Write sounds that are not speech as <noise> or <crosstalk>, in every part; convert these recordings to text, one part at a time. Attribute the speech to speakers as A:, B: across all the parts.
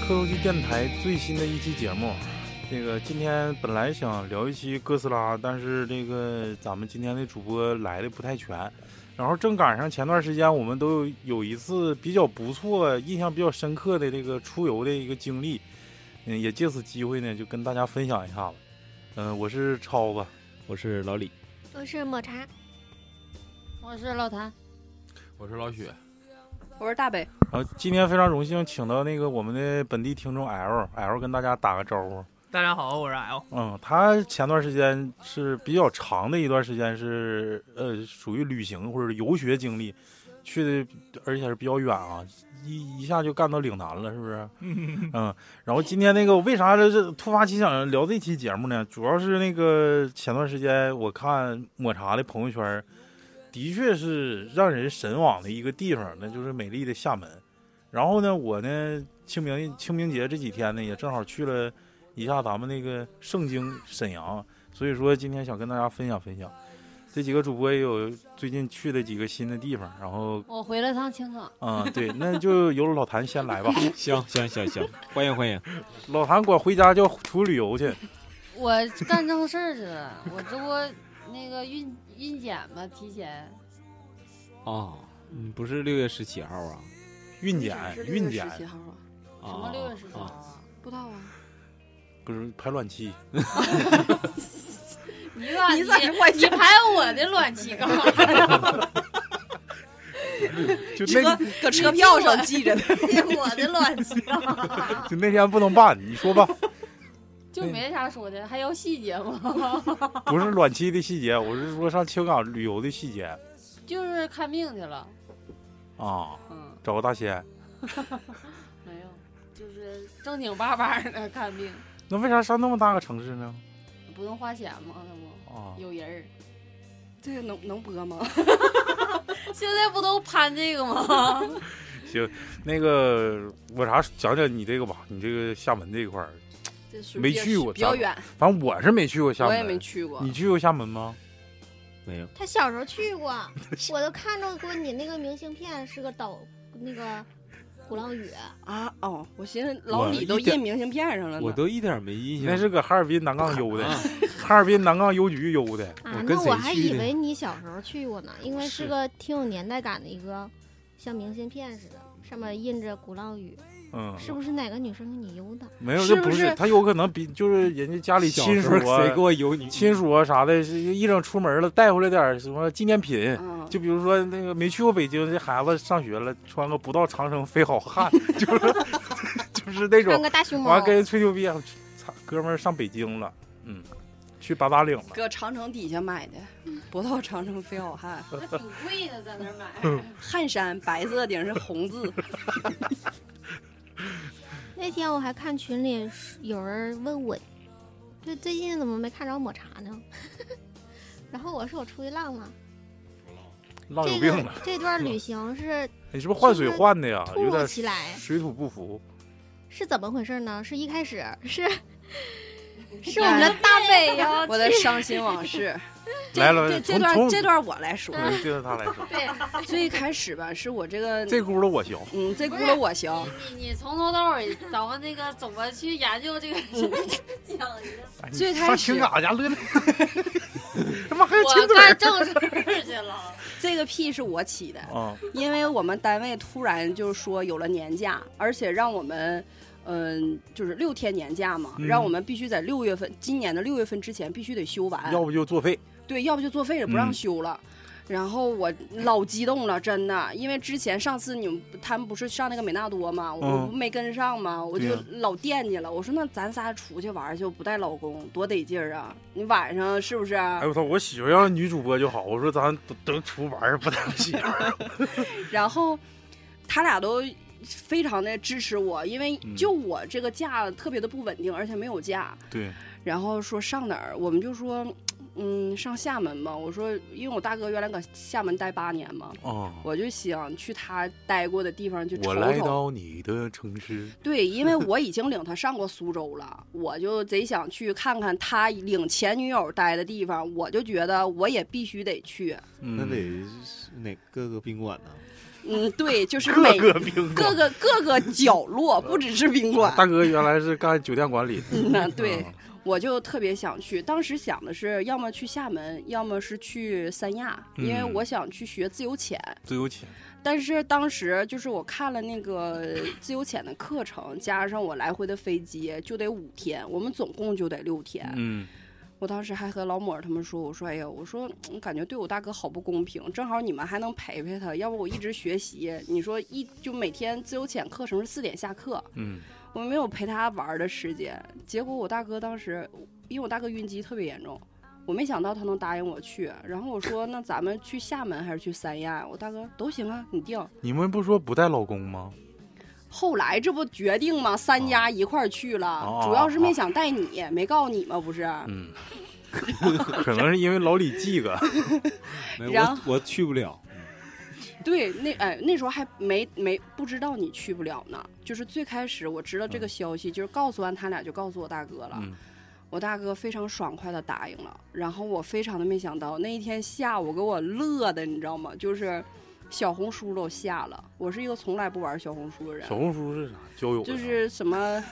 A: 科游戏电台最新的一期节目。那个今天本来想聊一期哥斯拉，但是这个咱们今天的主播来的不太全，然后正赶上前段时间我们都有有一次比较不错、印象比较深刻的这个出游的一个经历，嗯，也借此机会呢就跟大家分享一下子。嗯、我是超子，
B: 我是老李，
C: 我是抹茶，
D: 我是老谭，
E: 我是老许，
F: 我是大北，
A: 然后呃今天非常荣幸请到那个我们的本地听众 L L 跟大家打个招呼。
G: 大家好，我是 L。
A: 嗯，他前段时间是比较长的一段时间是呃属于旅行或者游学经历，去的而且是比较远啊，一一下就干到岭南了，是不是？嗯，然后今天那个为啥这这突发奇想聊这期节目呢？主要是那个前段时间我看抹茶的朋友圈，的确是让人神往的一个地方，那就是美丽的厦门。然后呢，我呢清明清明节这几天呢，也正好去了一下咱们那个盛京沈阳，所以说今天想跟大家分享分享。这几个主播也有最近去的几个新的地方，然后
D: 我回了趟青岛，
A: 啊、嗯，对，那就由老谭先来吧。
B: 行行行行，欢迎欢迎，
A: 老谭管回家叫出旅游去，
D: 我干正事儿去了，我这不那个孕孕检嘛，提前
B: 啊，嗯，不是六月十七号啊，
A: 孕检
F: 啥是
A: 孕
F: 六月
A: 检
F: 十七号啊？
B: 什
D: 什么六月十号
B: 啊？
D: 啊？
F: 不知道啊，
A: 不是排卵期，
D: 你咋
F: 你咋是
D: 你
F: 幻
D: 你
F: 想
D: 排我的卵期干嘛？
A: 就
F: 车
A: 那
F: 搁车票上记着呢。 <laughs>
D: 我的卵期干嘛？
A: 就那天不能办，你说吧，
D: 就没啥说的，还要细节吗？ <laughs>
A: 不是卵期的细节，我是说上青岛旅游的细节
D: 就是看病去了，
A: 啊，
D: 嗯，
A: 找个大仙。
D: 没有，就是正经八百的看病，
A: 那为啥上那么大个城市呢？
D: 不用花钱吗？那
A: 啊
D: 不，有人儿。
F: 这个能能播吗？
D: 现在不都攀这个吗？
A: 那个我啥讲讲你这个吧，你这个厦门这一块儿，
F: <laughs> 这属于
A: 没
F: 比较
A: 去过
F: 比较
A: 咱
F: 远，
A: 反正我是没去过厦
F: 我
A: 门，
F: 也没去过
A: 你。去过厦门吗？
B: 哦没有，
C: 他小时候去过，我都看着过你那个明信片是个岛，那个鼓浪屿。
F: 啊哦，我寻思老
B: 我
F: 李都
B: 一点
F: 印明信片上了呢。
B: 我都一点没印象。
A: 那是搁哈尔滨南岗悠的，
B: 啊
A: <laughs> 哈尔滨南岗邮局邮的。
C: 啊
B: 我，跟
C: 那我
B: 谁
C: 还
B: 去
C: 以
B: 的
C: 为你小时候去过呢，因为
B: 是
C: 是个挺有年代感的一个，像明信片似的，上面印着鼓浪屿，
A: 嗯，
C: 是不是哪个女生给你邮的？
A: 没有，
F: 是
A: 这
F: 不
A: 是
F: 是
A: 他有可能比就是人家家里
B: 小
A: 亲
B: 时
A: 属
B: 候谁
A: 啊
B: 给、我邮你
A: 亲属啊啥的，是一整出门了带回来点儿什么纪念品。
F: 嗯，
A: 就比如说那个没去过北京这孩子上学了，穿个不到长城非好汉，就是就是那
C: 穿
A: 种，
C: 个大熊猫
A: 完，跟人吹牛逼，啊操，哥们儿上北京了，嗯，去八达岭了。
F: 搁长城底下买的，不到长城非好汉。
D: 那挺贵的，在那儿买。
F: 汉山白色顶是红 <laughs> 字，
C: 那天我还看群里是有人问我，这最近怎么没看着抹茶呢？ <laughs> 然后我说我出去浪了，
A: 浪啊有
C: 这
A: 病
C: 个
A: 了，
C: 这段旅行是
A: 你是不是换水换的呀？
C: 突
A: 有
C: 如
A: 点
C: 其来，
A: 水土不服。
C: 是怎么回事呢？是一开始 <laughs> 是是我们的大北呀，
F: 我的伤心往事。 <laughs> 这
A: 来了
F: 这这
A: 从从
F: 段这段我
A: <laughs>
F: 来说，
A: 对，对他来说，
D: 对， <laughs>
F: 最开始吧，是我这个
A: 这轱辘我行。
F: 嗯，这
D: 不
F: 轱
D: 是
F: 辘我行。
D: 你你从头到尾，咱们那个怎么去研
A: <laughs>
D: 究这个讲的？
A: 哎你
F: 最开
A: 上
F: 始
A: 青岛家乐乐， <laughs> 他妈还有亲
D: 我
A: 嘴
D: 干
A: 儿
D: 正事儿去了。
F: 这个屁是我起的，
A: 啊！
F: 因为我们单位突然就是说有了年假，而且让我们，嗯、就是六天年假嘛，
A: 嗯
F: 让我们必须在六月份，今年的六月份之前必须得休完，
A: 要不就作废。
F: 对，要不就作废了，
A: 嗯
F: 不让休了。然后我老激动了，真的，因为之前上次你们他们不是上那个美纳多嘛，我
A: 嗯
F: 不没跟上嘛，我
A: 对
F: 就
A: 呀
F: 老惦记了。我说那咱仨出去玩儿去，我不带老公多得劲儿啊！你晚上是不啊是？
A: 哎我操！我媳妇要是女主播就好。我说咱都都出玩儿，不带我媳妇儿。
F: 然后他俩都非常的支持我，因为
A: 嗯
F: 就我这个假特别的不稳定，而且没有假。
A: <laughs> 对，
F: 然后说上哪儿，我们就说，嗯，上厦门吧。我说，因为我大哥原来搁厦门待八年嘛，
A: 啊，
F: 我就想去他待过的地方去瞅
A: 我来
F: 瞅。
A: 到你的城市，
F: 对，因为我已经领他上过苏州了，我就贼想去看看他领前女友待的地方，
B: 嗯
F: 我就觉得我也必须得去。 <laughs>
A: 那
B: 那得是哪各个宾馆呢？
F: 嗯，对，就是
A: 各
F: 每
A: 个宾
F: 各
A: 馆。
F: 个各个角落，不只是宾馆。
A: 大哥原来是干酒店管理，
F: <laughs> 嗯呐，对
A: 嗯，
F: 我就特别想去。当时想的是，要么去厦门，要么是去三亚，因为
A: 嗯
F: 我想去学自由潜。
A: 自由潜，
F: 但是当时就是我看了那个自由潜的课程，加上我来回的飞机，就得五天，我们总共就得六天。
A: 嗯，
F: 我当时还和老母儿他们说，我说哎呀，我说嗯感觉对我大哥好不公平，正好你们还能陪陪他，要不我一直学习，你说一就每天自由潜课程是四点下课，
A: 嗯，
F: 我没有陪他玩儿的时间。结果我大哥当时，因为我大哥晕机特别严重，我没想到他能答应我去。然后我说：“那咱们去厦门还是去三亚呀？”我大哥都行啊，你定。
A: 你们不说不带老公吗？
F: 后来这不决定吗？三家一块儿去了，
A: 哦
F: 主要是没想带你，没告诉你吗？不是，
A: <laughs> 嗯，可能是因为老李记
F: <laughs>
A: 个，
B: 没有
F: 然
B: 我我去不了，
F: 对，那哎那时候还没没不知道你去不了呢。就是最开始我知道这个消息，就是告诉完他俩就告诉我大哥了。
A: 嗯，
F: 我大哥非常爽快的答应了，然后我非常的没想到那一天下午给我乐的，你知道吗？就是小红书都下了，我是一个从来不玩小红书的人
A: 小，红书是啥？交友的
F: 就
A: 啥
F: 是什么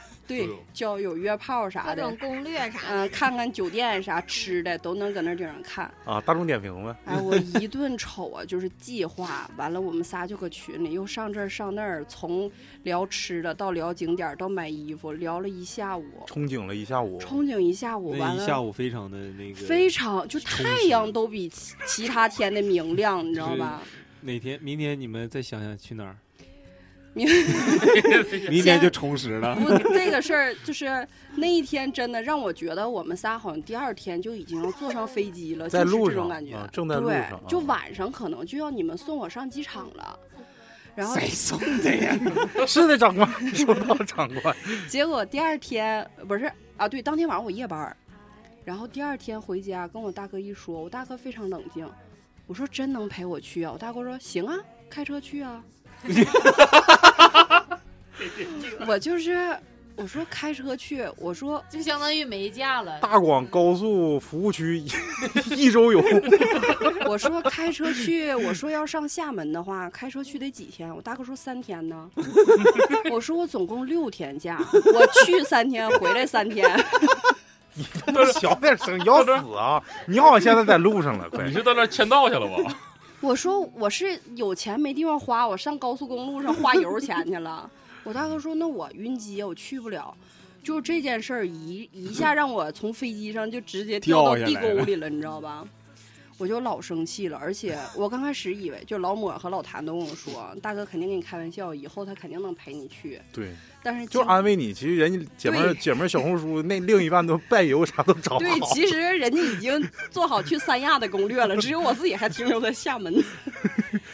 E: 交
F: 对
E: 友
F: 交友约炮啥
C: 各
F: 的
C: 种，攻略啥
F: 嗯、
C: 的，
F: 看看酒店啥吃的都能搁那顶上看。
A: 啊，大众点评呗，
F: 哎，我一顿瞅啊，就是计划完了，我们仨就搁群里又上这儿上那儿，从聊吃的到聊景点儿到买衣服，聊了一下午，
A: 憧憬了一下午，
F: 憧憬一下午，
B: 那
F: 完
B: 一
F: 了
B: 下午非常的那个。
F: 非常就
B: 充
F: 太
B: 实
F: 阳都比其其他天的明亮，你知
A: <laughs>
F: 道吧？
B: 哪天明天你们再想想去哪儿，
F: 明
B: 明天就充实了。
F: 不，这个事儿就是那一天真的让我觉得我们仨好像第二天就已经要坐上飞机了，
A: 在
F: 就是
A: 路
F: 这种
A: 上
F: 感觉，
A: 啊正在路上啊
F: 对，就晚上可能就要你们送我上机场了。然后
B: 送的呀？
A: 是的，长官， <laughs> 收到，长官。
F: 结果第二天不是啊，对，当天晚上我夜班儿，然后第二天回家跟我大哥一说，我大哥非常冷静，我说真能陪我去啊？我大哥说行啊，开车去啊。我就是我说开车去，我说
D: 就相当于没假了。
A: <laughs> 大广高速服务区 <laughs> 一一周游，
F: 我说开车去，我说要上厦门的话，开车去得几天？我大哥说三天呢。我说我总共六天假，我去三天，回来三天。
A: 他妈小点声，要死啊！你好像现在在路上了，快
F: 嗯
E: 你！是到那儿签到去了吧？
F: 我说我是有钱没地方花，我上高速公路上花油钱去了。我大哥说那我晕机，我去不了。就这件事儿一一下让我从飞机上就直接掉到
B: 掉下
F: 地
B: 来了
F: 沟里
B: <laughs>
F: 了，你知道吧？我就老生气了，而且我刚开始以为就老抹和老谭都跟我说，大哥肯定跟你开玩笑，以后他肯定能陪你去。
A: 对，
F: 但是
A: 就
F: 经
A: 安慰你。其实人家姐妹儿
F: 对
A: 姐妹儿小红书那另一半都拜油，啥都找
F: <laughs> 对，
A: 好。
F: 其实人家已经做好去三亚的攻略了，只有我自己还停留在厦门。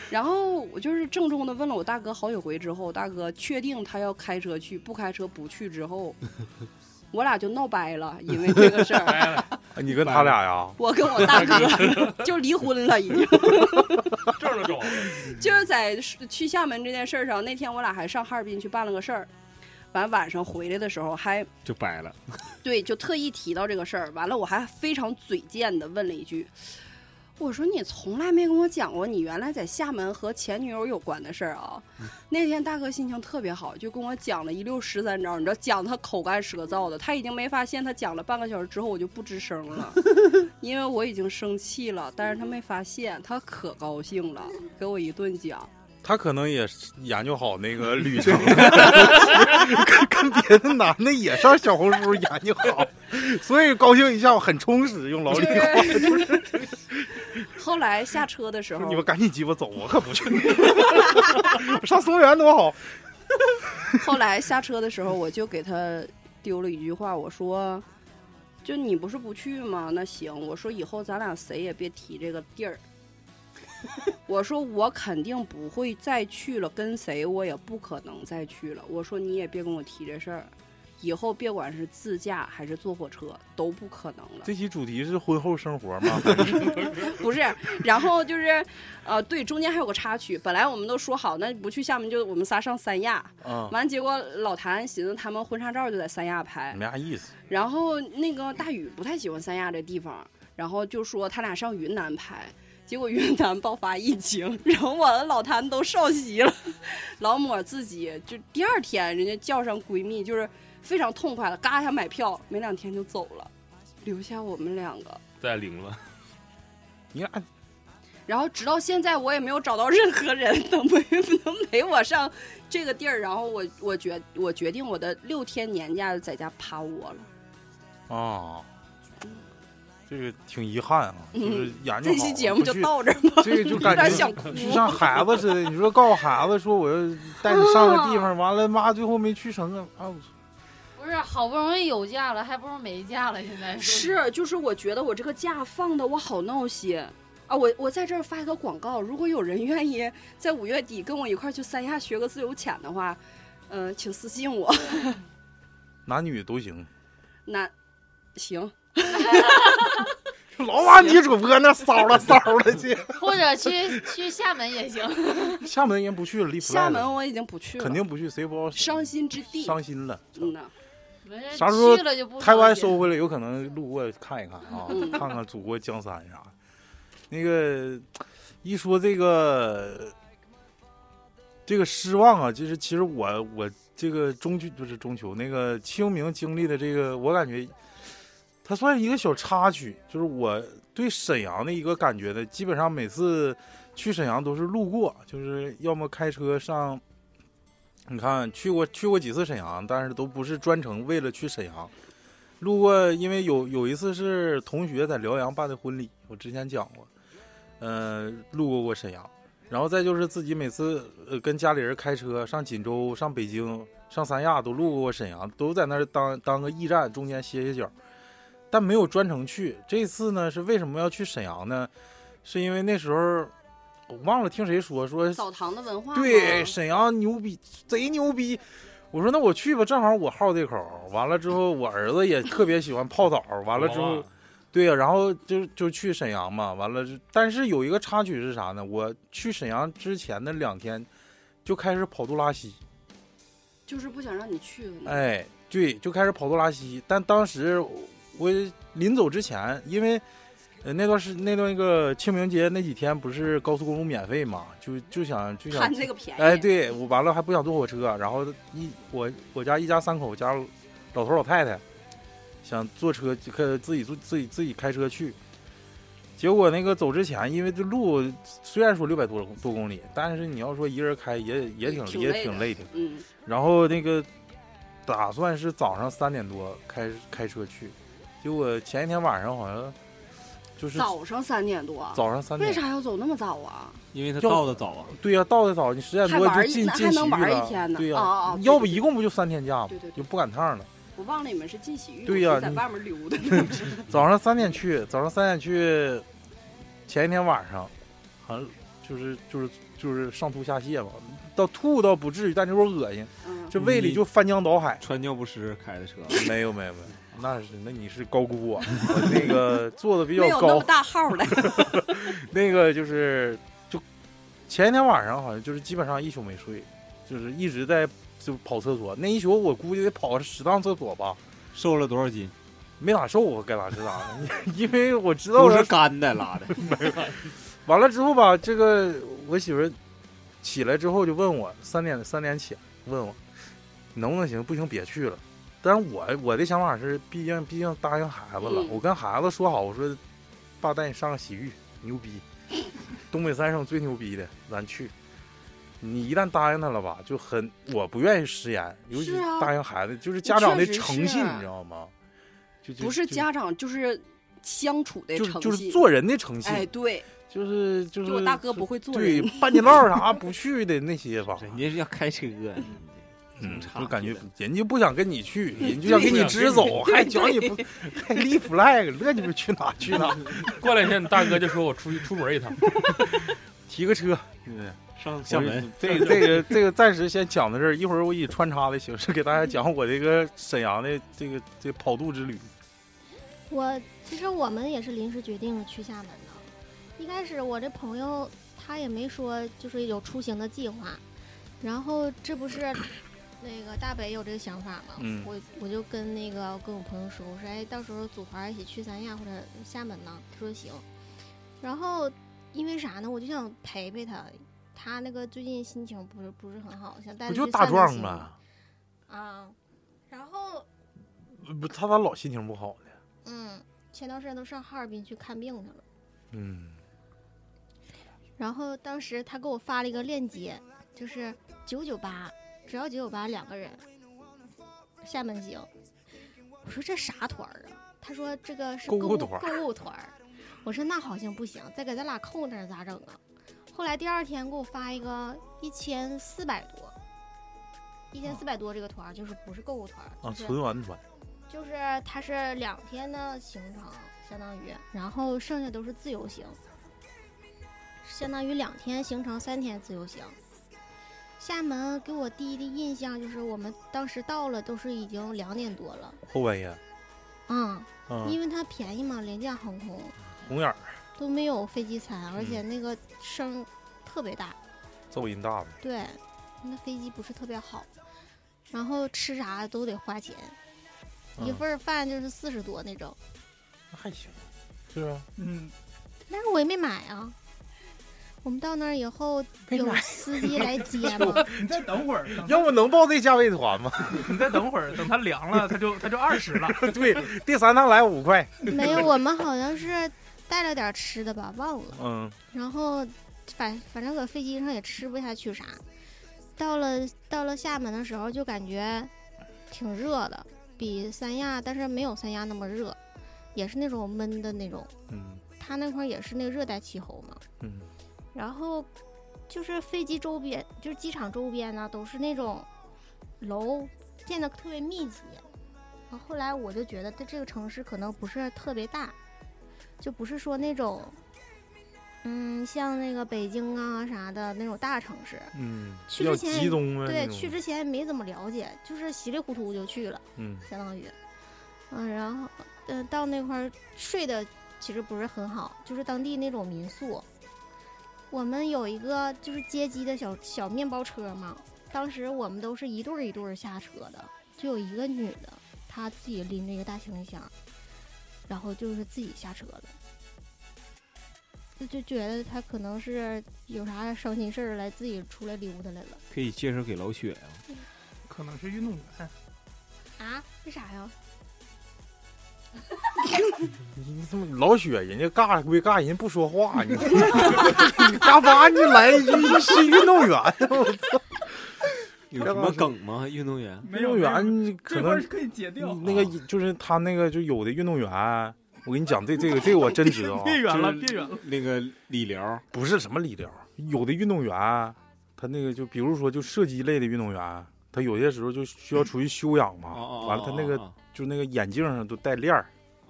F: 然后我就是郑重的问了我大哥好几回之后，我大哥确定他要开车去，不开车不去之后，我俩就闹掰了，因为这个事儿，
E: 哎
A: 啊你跟他俩呀？
F: <laughs> 我跟我大 <laughs> 哥就离婚了，已经。
E: <laughs> 这儿都找
F: <laughs> 就是在去厦门这件事儿上，那天我俩还上哈尔滨去办了个事儿，完晚上回来的时候还
B: <laughs> 就掰了。
F: 对，就特意提到这个事儿。完了，我还非常嘴贱的问了一句：“我说你从来没跟我讲过你原来在厦门和前女友有关的事儿啊。”
A: 嗯
F: 那天大哥心情特别好，就跟我讲了一溜十三招，你知道，讲得他口干舌燥的。他已经没发现，他讲了半个小时之后，我就不吱声
A: <laughs>
F: 了，因为我已经生气了。但是他没发现，他可高兴了，给我一顿讲。
A: 他可能也研究好那
F: <laughs>
A: 个旅程，跟跟别的男的也上小红书研究好，所以高兴一下，我很充实。用老
F: 就
A: 李
F: 是
A: 话，
F: <laughs> 后来下车的时候，
A: <laughs> <laughs> 你们赶紧鸡巴走，我可不去。 <laughs> 上松原多好。
F: 后来下车的时候，我就给他丢了一句话，我说：“就你不是不去吗？那行，我说以后咱俩谁也别提这个地儿。 <laughs> 我说我肯定不会再去了，跟谁我也不可能再去了。我说你也别跟我提这事儿，以后别管是自驾还是坐火车都不可能了。”
A: 这期主题是婚后生活吗？
F: 不是，然后就是，呃，对，中间还有个插曲。本来我们都说好，那不去厦门就我们仨上三亚，
A: 啊，
F: 完结果老谭寻思他们婚纱照就在三亚拍，
A: 没啥意思。
F: 然后那个大宇不太喜欢三亚这地方，然后就说他俩上云南拍。结果云南爆发疫情，然后我的老谭都受席了， <laughs> 老抹自己就第二天人家叫上闺蜜，就是非常痛快的，嘎一下买票，没两天就走了，留下我们两个。
E: 再零了，
A: 你看，
F: 然后直到现在，我也没有找到任何人能陪能陪我上这个地儿。然后我我决我决定我的六天年假在家趴窝了。
A: 啊，这个挺遗憾啊，就是研究
F: 嗯这
A: 好
F: 期
A: 了
F: 节目
A: 不
F: 就
A: 去
F: 到这儿吧，
A: 这个就
F: 有
A: 感
F: 点
A: 觉
F: 想哭。
A: 就像孩子似的，你说告诉孩子说我要带你上个地方，完了妈最后没去成啊，啊我操
D: 不是好不容易有假了，还不如没假了。现在
F: 是，就是我觉得我这个假放的我好闹心啊！我我在这儿发一个广告，如果有人愿意在五月底跟我一块儿去三亚学个自由潜的话，嗯、请私信我。
A: 男女都
F: <laughs>
A: 行。
F: 那行，
A: 老往你主播那骚 <laughs> 了骚了去，
D: 或者去去厦门也行。
A: 厦门人不去了，离 flag
F: 厦门
A: 了
F: 我已经不去了，
A: 肯定不去，谁不知
F: 伤心之
A: 道
F: 地。
A: 伤心了。
F: 嗯呐，
D: 没事
A: 啥时候
D: 去了就不
A: 台湾
D: 说
A: 收回来，有可能路过看一看啊 <laughs>
F: 嗯，
A: 看看祖国江山啥的。那个一说这个这个失望啊，就是其实我我这个中秋不是中秋那个清明经历的这个，我感觉它算一个小插曲，就是我对沈阳的一个感觉呢，基本上每次去沈阳都是路过，就是要么开车上。你看，去过去过几次沈阳，但是都不是专程为了去沈阳，路过，因为有有一次是同学在辽阳办的婚礼，我之前讲过，呃，路过过沈阳，然后再就是自己每次呃跟家里人开车上锦州、上北京、上三亚都路过过沈阳，都在那儿当当个驿站，中间歇歇脚，但没有专程去。这次呢是为什么要去沈阳呢？是因为那时候我忘了听谁说说
F: 澡堂的文化
A: 对，
F: 嘛
A: 沈阳牛逼，贼牛逼。我说那我去吧，正好我好这口儿。完了之后，我儿子也特别喜欢泡澡儿。完了之后，对呀、然后就就去沈阳嘛。完了就，但是有一个插曲是啥呢？我去沈阳之前的两天，就开始跑肚拉稀。
F: 就是不想让你去的那个。
A: 哎，对，就开始跑肚拉稀。但当时我临走之前，因为呃那段时那段那个清明节那几天不是高速公路免费嘛，就就想就想
F: 贪这个便宜，
A: 哎，对我完了还不想坐火车，啊然后一我我家一家三口加老头儿老太太，想坐车就可自己坐自己自己开车去，结果那个走之前，因为这路虽然说六百多多公里，但是你要说一个人开也也挺
F: 挺
A: 也
F: 累
A: 挺
F: 的
A: 累的。
F: 嗯，
A: 然后那个打算是早上三点多开开车去，结果前一天晚上好像就是
F: 早上三点多，
A: 早上三
F: 为
A: 点，
F: 啥要走那么早啊？
B: 因为他
A: 要
B: 到的早啊。
A: 对呀、到的早，你十点
F: 还
A: 多就
F: 玩一
A: 进
F: 那
A: 进
F: 还
A: 洗
F: 能
A: 浴
F: 玩一
A: 了，
F: 天呢
A: 对呀、
F: 哦哦对
A: 要
F: 对
A: 不
F: 对
A: 一共不就三天假吗？
F: 对对对
A: 就不赶趟了。
F: 我忘了你们是进洗浴，
A: 对呀
F: 我是在
A: 你
F: 外面
A: <laughs>
F: 溜达。
A: 早上三点去，早上三点去，前一天晚上，好像就是就是就是上吐下泻吧，到吐倒不至于，但就是恶心，
F: 嗯，
A: 这胃里就翻江倒海。
B: 穿尿不湿开的车，
A: <laughs> 没有没有没有， <laughs> 那是那你是高估啊我，我 <laughs> 那个做的比
F: 没
A: 较
F: 有那
A: 高
F: 么，大
A: <laughs>
F: 号的。
A: 那个就是就前一天晚上好像就是基本上一宿没睡，就是一直在就跑厕所，那一宿我估计得跑十趟厕所吧。
B: 瘦了多少斤？
A: 没咋瘦，我该咋是咋
F: <laughs>
A: 的，因为我知道
B: 都
A: 我
B: 是
A: 要
B: 干的拉的。
A: 完了之后吧，这个我媳妇儿起来之后就问我三点三点起来问我能不能行，不行别去了。但是我我的想法是，毕竟毕竟答应孩子了，
F: 嗯
A: 我跟孩子说好，我说爸带你上个洗浴，牛逼，东北三省最牛逼的，咱去。你一旦答应他了吧，就很我不愿意食言，尤其
F: 是啊
A: 答应孩子，就是家长的
F: 确实
A: 诚信，
F: 是啊
A: 你知道吗？就就
F: 不是
A: 就
F: 家长，就是相处的
A: 就是
F: 诚
A: 就是
F: 信。
A: 做人的诚信，
F: 哎，对，
A: 就是就是
F: 就我大哥不会做
A: 对
F: 人， <laughs>
A: 半截道啥不去的那些吧，
B: 人家是要开车，啊
A: 嗯，
B: 挺差
A: 就感觉
B: 的
A: 人家不想跟你
F: <laughs>
A: 去，人就想给你支走，还讲你不还立 flag，乐你们去哪去
F: <laughs>
A: 哪，
E: 过两天你大哥就说我出去出门一趟，
A: 提个车，嗯
B: 上厦门，
A: 这个这个这个暂时先讲到这儿，一会儿我以穿插的形式给大家讲我这个沈阳的这个这个跑肚之旅。
C: 我其实我们也是临时决定了去厦门的。一开始我这朋友他也没说就是有出行的计划，然后这不是那个大北有这个想法嘛，
A: 嗯
C: 我我就跟那个跟我朋友说，我说哎，到时候组团一起去三亚或者厦门呢，他说行。然后因为啥呢？我就想陪陪他，他那个最近心情不是不是很好，想带
A: 不
C: 他
A: 就
C: 去
A: 大
C: 散散
A: 壮
C: 心
A: 吗？
C: 啊。然后
A: 呃不，他咋老心情不好呢？
C: 嗯，前段时间都上哈尔滨去看病去了。
A: 嗯，
C: 然后当时他给我发了一个链接，就是九九八，只要九九八两个人，厦门行。哦我说这啥团儿啊？他说这个是
A: 购
C: 购
A: 物
C: 物
A: 团儿
C: 购物团儿。我说那好像不行，再给咱俩扣那儿咋整啊？后来第二天给我发一个一千四百多，一千四百多这个团儿就是不是购物团儿，
A: 啊，
C: 就是
A: 纯玩团，
C: 就是它是两天的行程，相当于，然后剩下都是自由行，相当于两天行程，三天自由行。厦门给我第一的印象就是，我们当时到了都是已经两点多了，
A: 后半夜，
C: 嗯，
A: 啊，
C: 因为它便宜嘛，廉价航空
A: 红眼儿，
C: 都没有飞机餐，而且那个声特别大，
A: 噪音大呗。
C: 对，那飞机不是特别好，然后吃啥都得花钱，一
A: 嗯
C: 份儿饭就是四十多那种。
A: 那还行，是啊，
G: 嗯，
C: 那我也没买啊。我们到那儿以后有司机来 <laughs> 接吗？
G: 你再等会儿，
E: <laughs>
G: 等
A: 要不能报这价位团吗？
G: 你再等会儿，等它凉了，它就它就二十了。
A: 对，第三趟来五块。
C: 没有，我们好像是带了点吃的吧，忘了。
A: 嗯，
C: 然后反反正搁飞机上也吃不下去啥。到了到了厦门的时候，就感觉挺热的，比三亚，但是没有三亚那么热，也是那种闷的那种。
A: 嗯
C: 它那块儿也是那热带气候嘛。
A: 嗯，
C: 然后就是飞机周边，就是机场周边呢，都是那种楼建的特别密集。然后后来我就觉得，它这个城市可能不是特别大，就不是说那种，嗯，像那个北京啊啥的那种大城市。
A: 嗯，
C: 去
A: 比较
C: 之前
A: 集中呗。
C: 对，
A: 那种
C: 去之前没怎么了解，就是稀里糊涂就去了，
A: 嗯
C: 相当于，嗯，然后嗯、呃到那块儿睡的其实不是很好，就是当地那种民宿。我们有一个就是接机的小小面包车嘛，当时我们都是一对儿一对儿下车的，就有一个女的，她自己拎着一个大行李箱，然后就是自己下车了。就就觉得她可能是有啥伤心事儿来自己出来溜达来了
B: 可以介绍给老雪啊。
G: 可能是运动员，
C: 啊？为啥呀？
A: 你他妈老雪，人家尬归尬，人家不说话，你你嘎巴你就来一句你是运动员，我操
B: 有什么梗吗？运动员？
G: 没
A: 运
G: 有
A: 动员可
G: 这
A: 能
G: 块儿可以截掉。
A: 那个就是他那个就有的运动员，我跟你讲，这这个这个我真知道啊，
G: 别远了，别
B: 就是
G: 远了。
B: 那个理疗，
A: 不是什么理疗，有的运动员他那个就比如说就射击类的运动员，他有些时候就需要出去休养嘛，
B: 哦
A: 完了他那个
B: 哦
A: 就那个眼镜上都带链儿，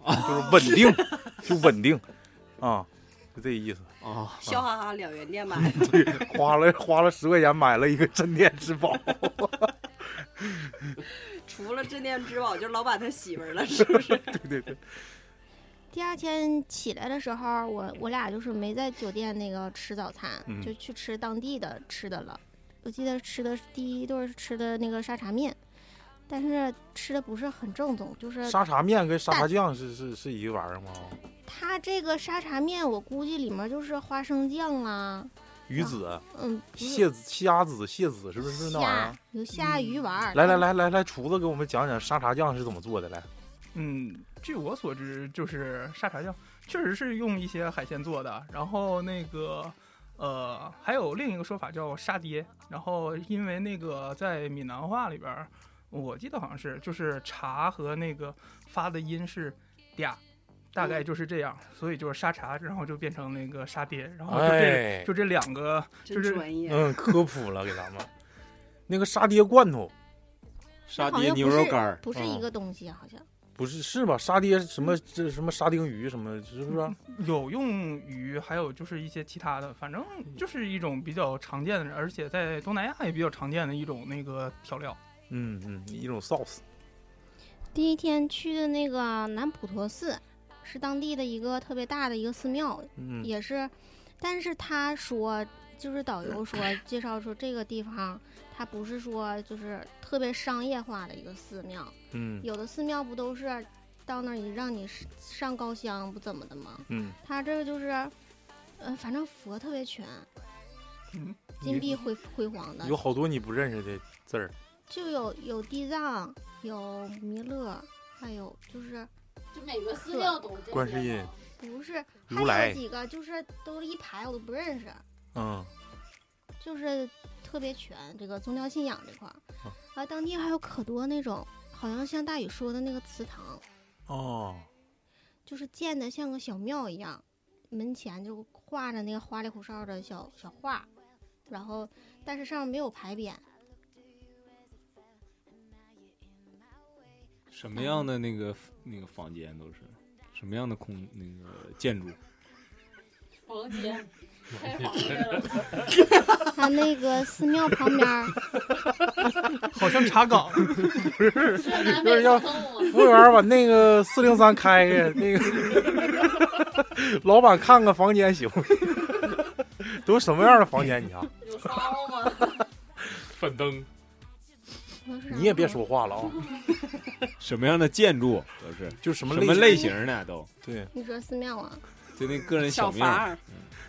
A: 就是稳定， <laughs> 就稳定，啊，就这意思。
B: 哦哦
F: 笑哈哈，两元
A: <laughs>
F: 店买的，
A: 花了花了十块钱买了一个镇店之宝，
F: 除了镇店之宝，就是老板他媳妇儿了，是不是？
A: 对对
C: <laughs>
A: 对，
C: 第二天起来的时候，我我俩就是没在酒店那个吃早餐，
A: 嗯
C: 就去吃当地的吃的了。我记得吃的第一顿是吃的那个沙茶面，但是吃的不是很正宗，就是
A: 沙茶面跟沙茶酱是是是一个玩意儿吗？
C: 它这个沙茶面，我估计里面就是花生酱啦，
A: 鱼子、
C: 嗯，不是
A: 蟹子、虾子、蟹子是不是那玩意儿啊嗯
C: 虾？嗯有虾鱼丸儿。
A: 来来来来来，厨子给我们讲讲沙茶酱是怎么做的来。
G: 嗯，据我所知，就是沙茶酱确实是用一些海鲜做的，然后那个。呃，还有另一个说法叫沙爹，然后因为那个在闽南话里边儿，我记得好像是就是茶和那个发的音是嗲，大概就是这样，所以就是沙茶，然后就变成那个沙爹，然后就这、
A: 哎，
G: 就这两个
F: 真专业。
A: 嗯，科普了给咱们。那个沙爹罐头
B: 沙爹牛肉干儿，
C: 不是
A: 嗯
C: 一个东西，好像
A: 不是是吧？沙爹什
C: 嗯
A: 么这什么沙丁鱼什么是不是啊？
G: 有用于，还有就是一些其他的，反正就是一种比较常见的，而且在东南亚也比较常见的一种那个调料。
A: 嗯嗯，一种 sauce。
C: 第一天去的那个南普陀寺，是当地的一个特别大的一个寺庙，
A: 嗯
C: 也是，但是他说，就是导游说介绍说这个地方，它不是说就是特别商业化的一个寺庙，
A: 嗯
C: 有的寺庙不都是到那儿一让你上高香不怎么的吗？
A: 嗯
C: 他这个就是，嗯、呃，反正佛特别全，
G: 嗯
C: 金碧辉辉煌的
A: 有，好多你不认识的字儿，
C: 就有有地藏，有弥勒，还有就是
D: 就每个寺庙都这
A: 观世音
D: 样
C: 不是
A: 如
C: 还
A: 来
C: 有几个就是都是一排我都不认识，
A: 嗯，
C: 就是特别全这个宗教信仰这块儿
A: 嗯。
C: 啊，当地还有可多那种，好像像大宇说的那个祠堂，
A: 哦，
C: 就是建的像个小庙一样，门前就画着那个花里胡哨的小小画，然后但是上面没有牌匾，
B: 什么样的那个那个房间都是什么样的空那个建筑？
D: 房间开房间了，
C: 它那个寺庙旁边儿
G: 好像查岗，
D: 是南北
A: 要
D: 互动吗？
A: <laughs> 服务员把那个四零三开开，那个 <laughs> 老板看看房间行吗？都什么样的房间？你啊看，
D: 有骚吗？
E: 串灯，
C: 好像是啥
A: 你也别
C: 房
A: 说话了啊、
B: 什么样的建筑都是
A: 就什么
B: 什么类型的都？
A: 对，
C: 你说寺庙啊，
B: 就那个人
F: 小
B: 庙
A: 啊
F: 房、儿，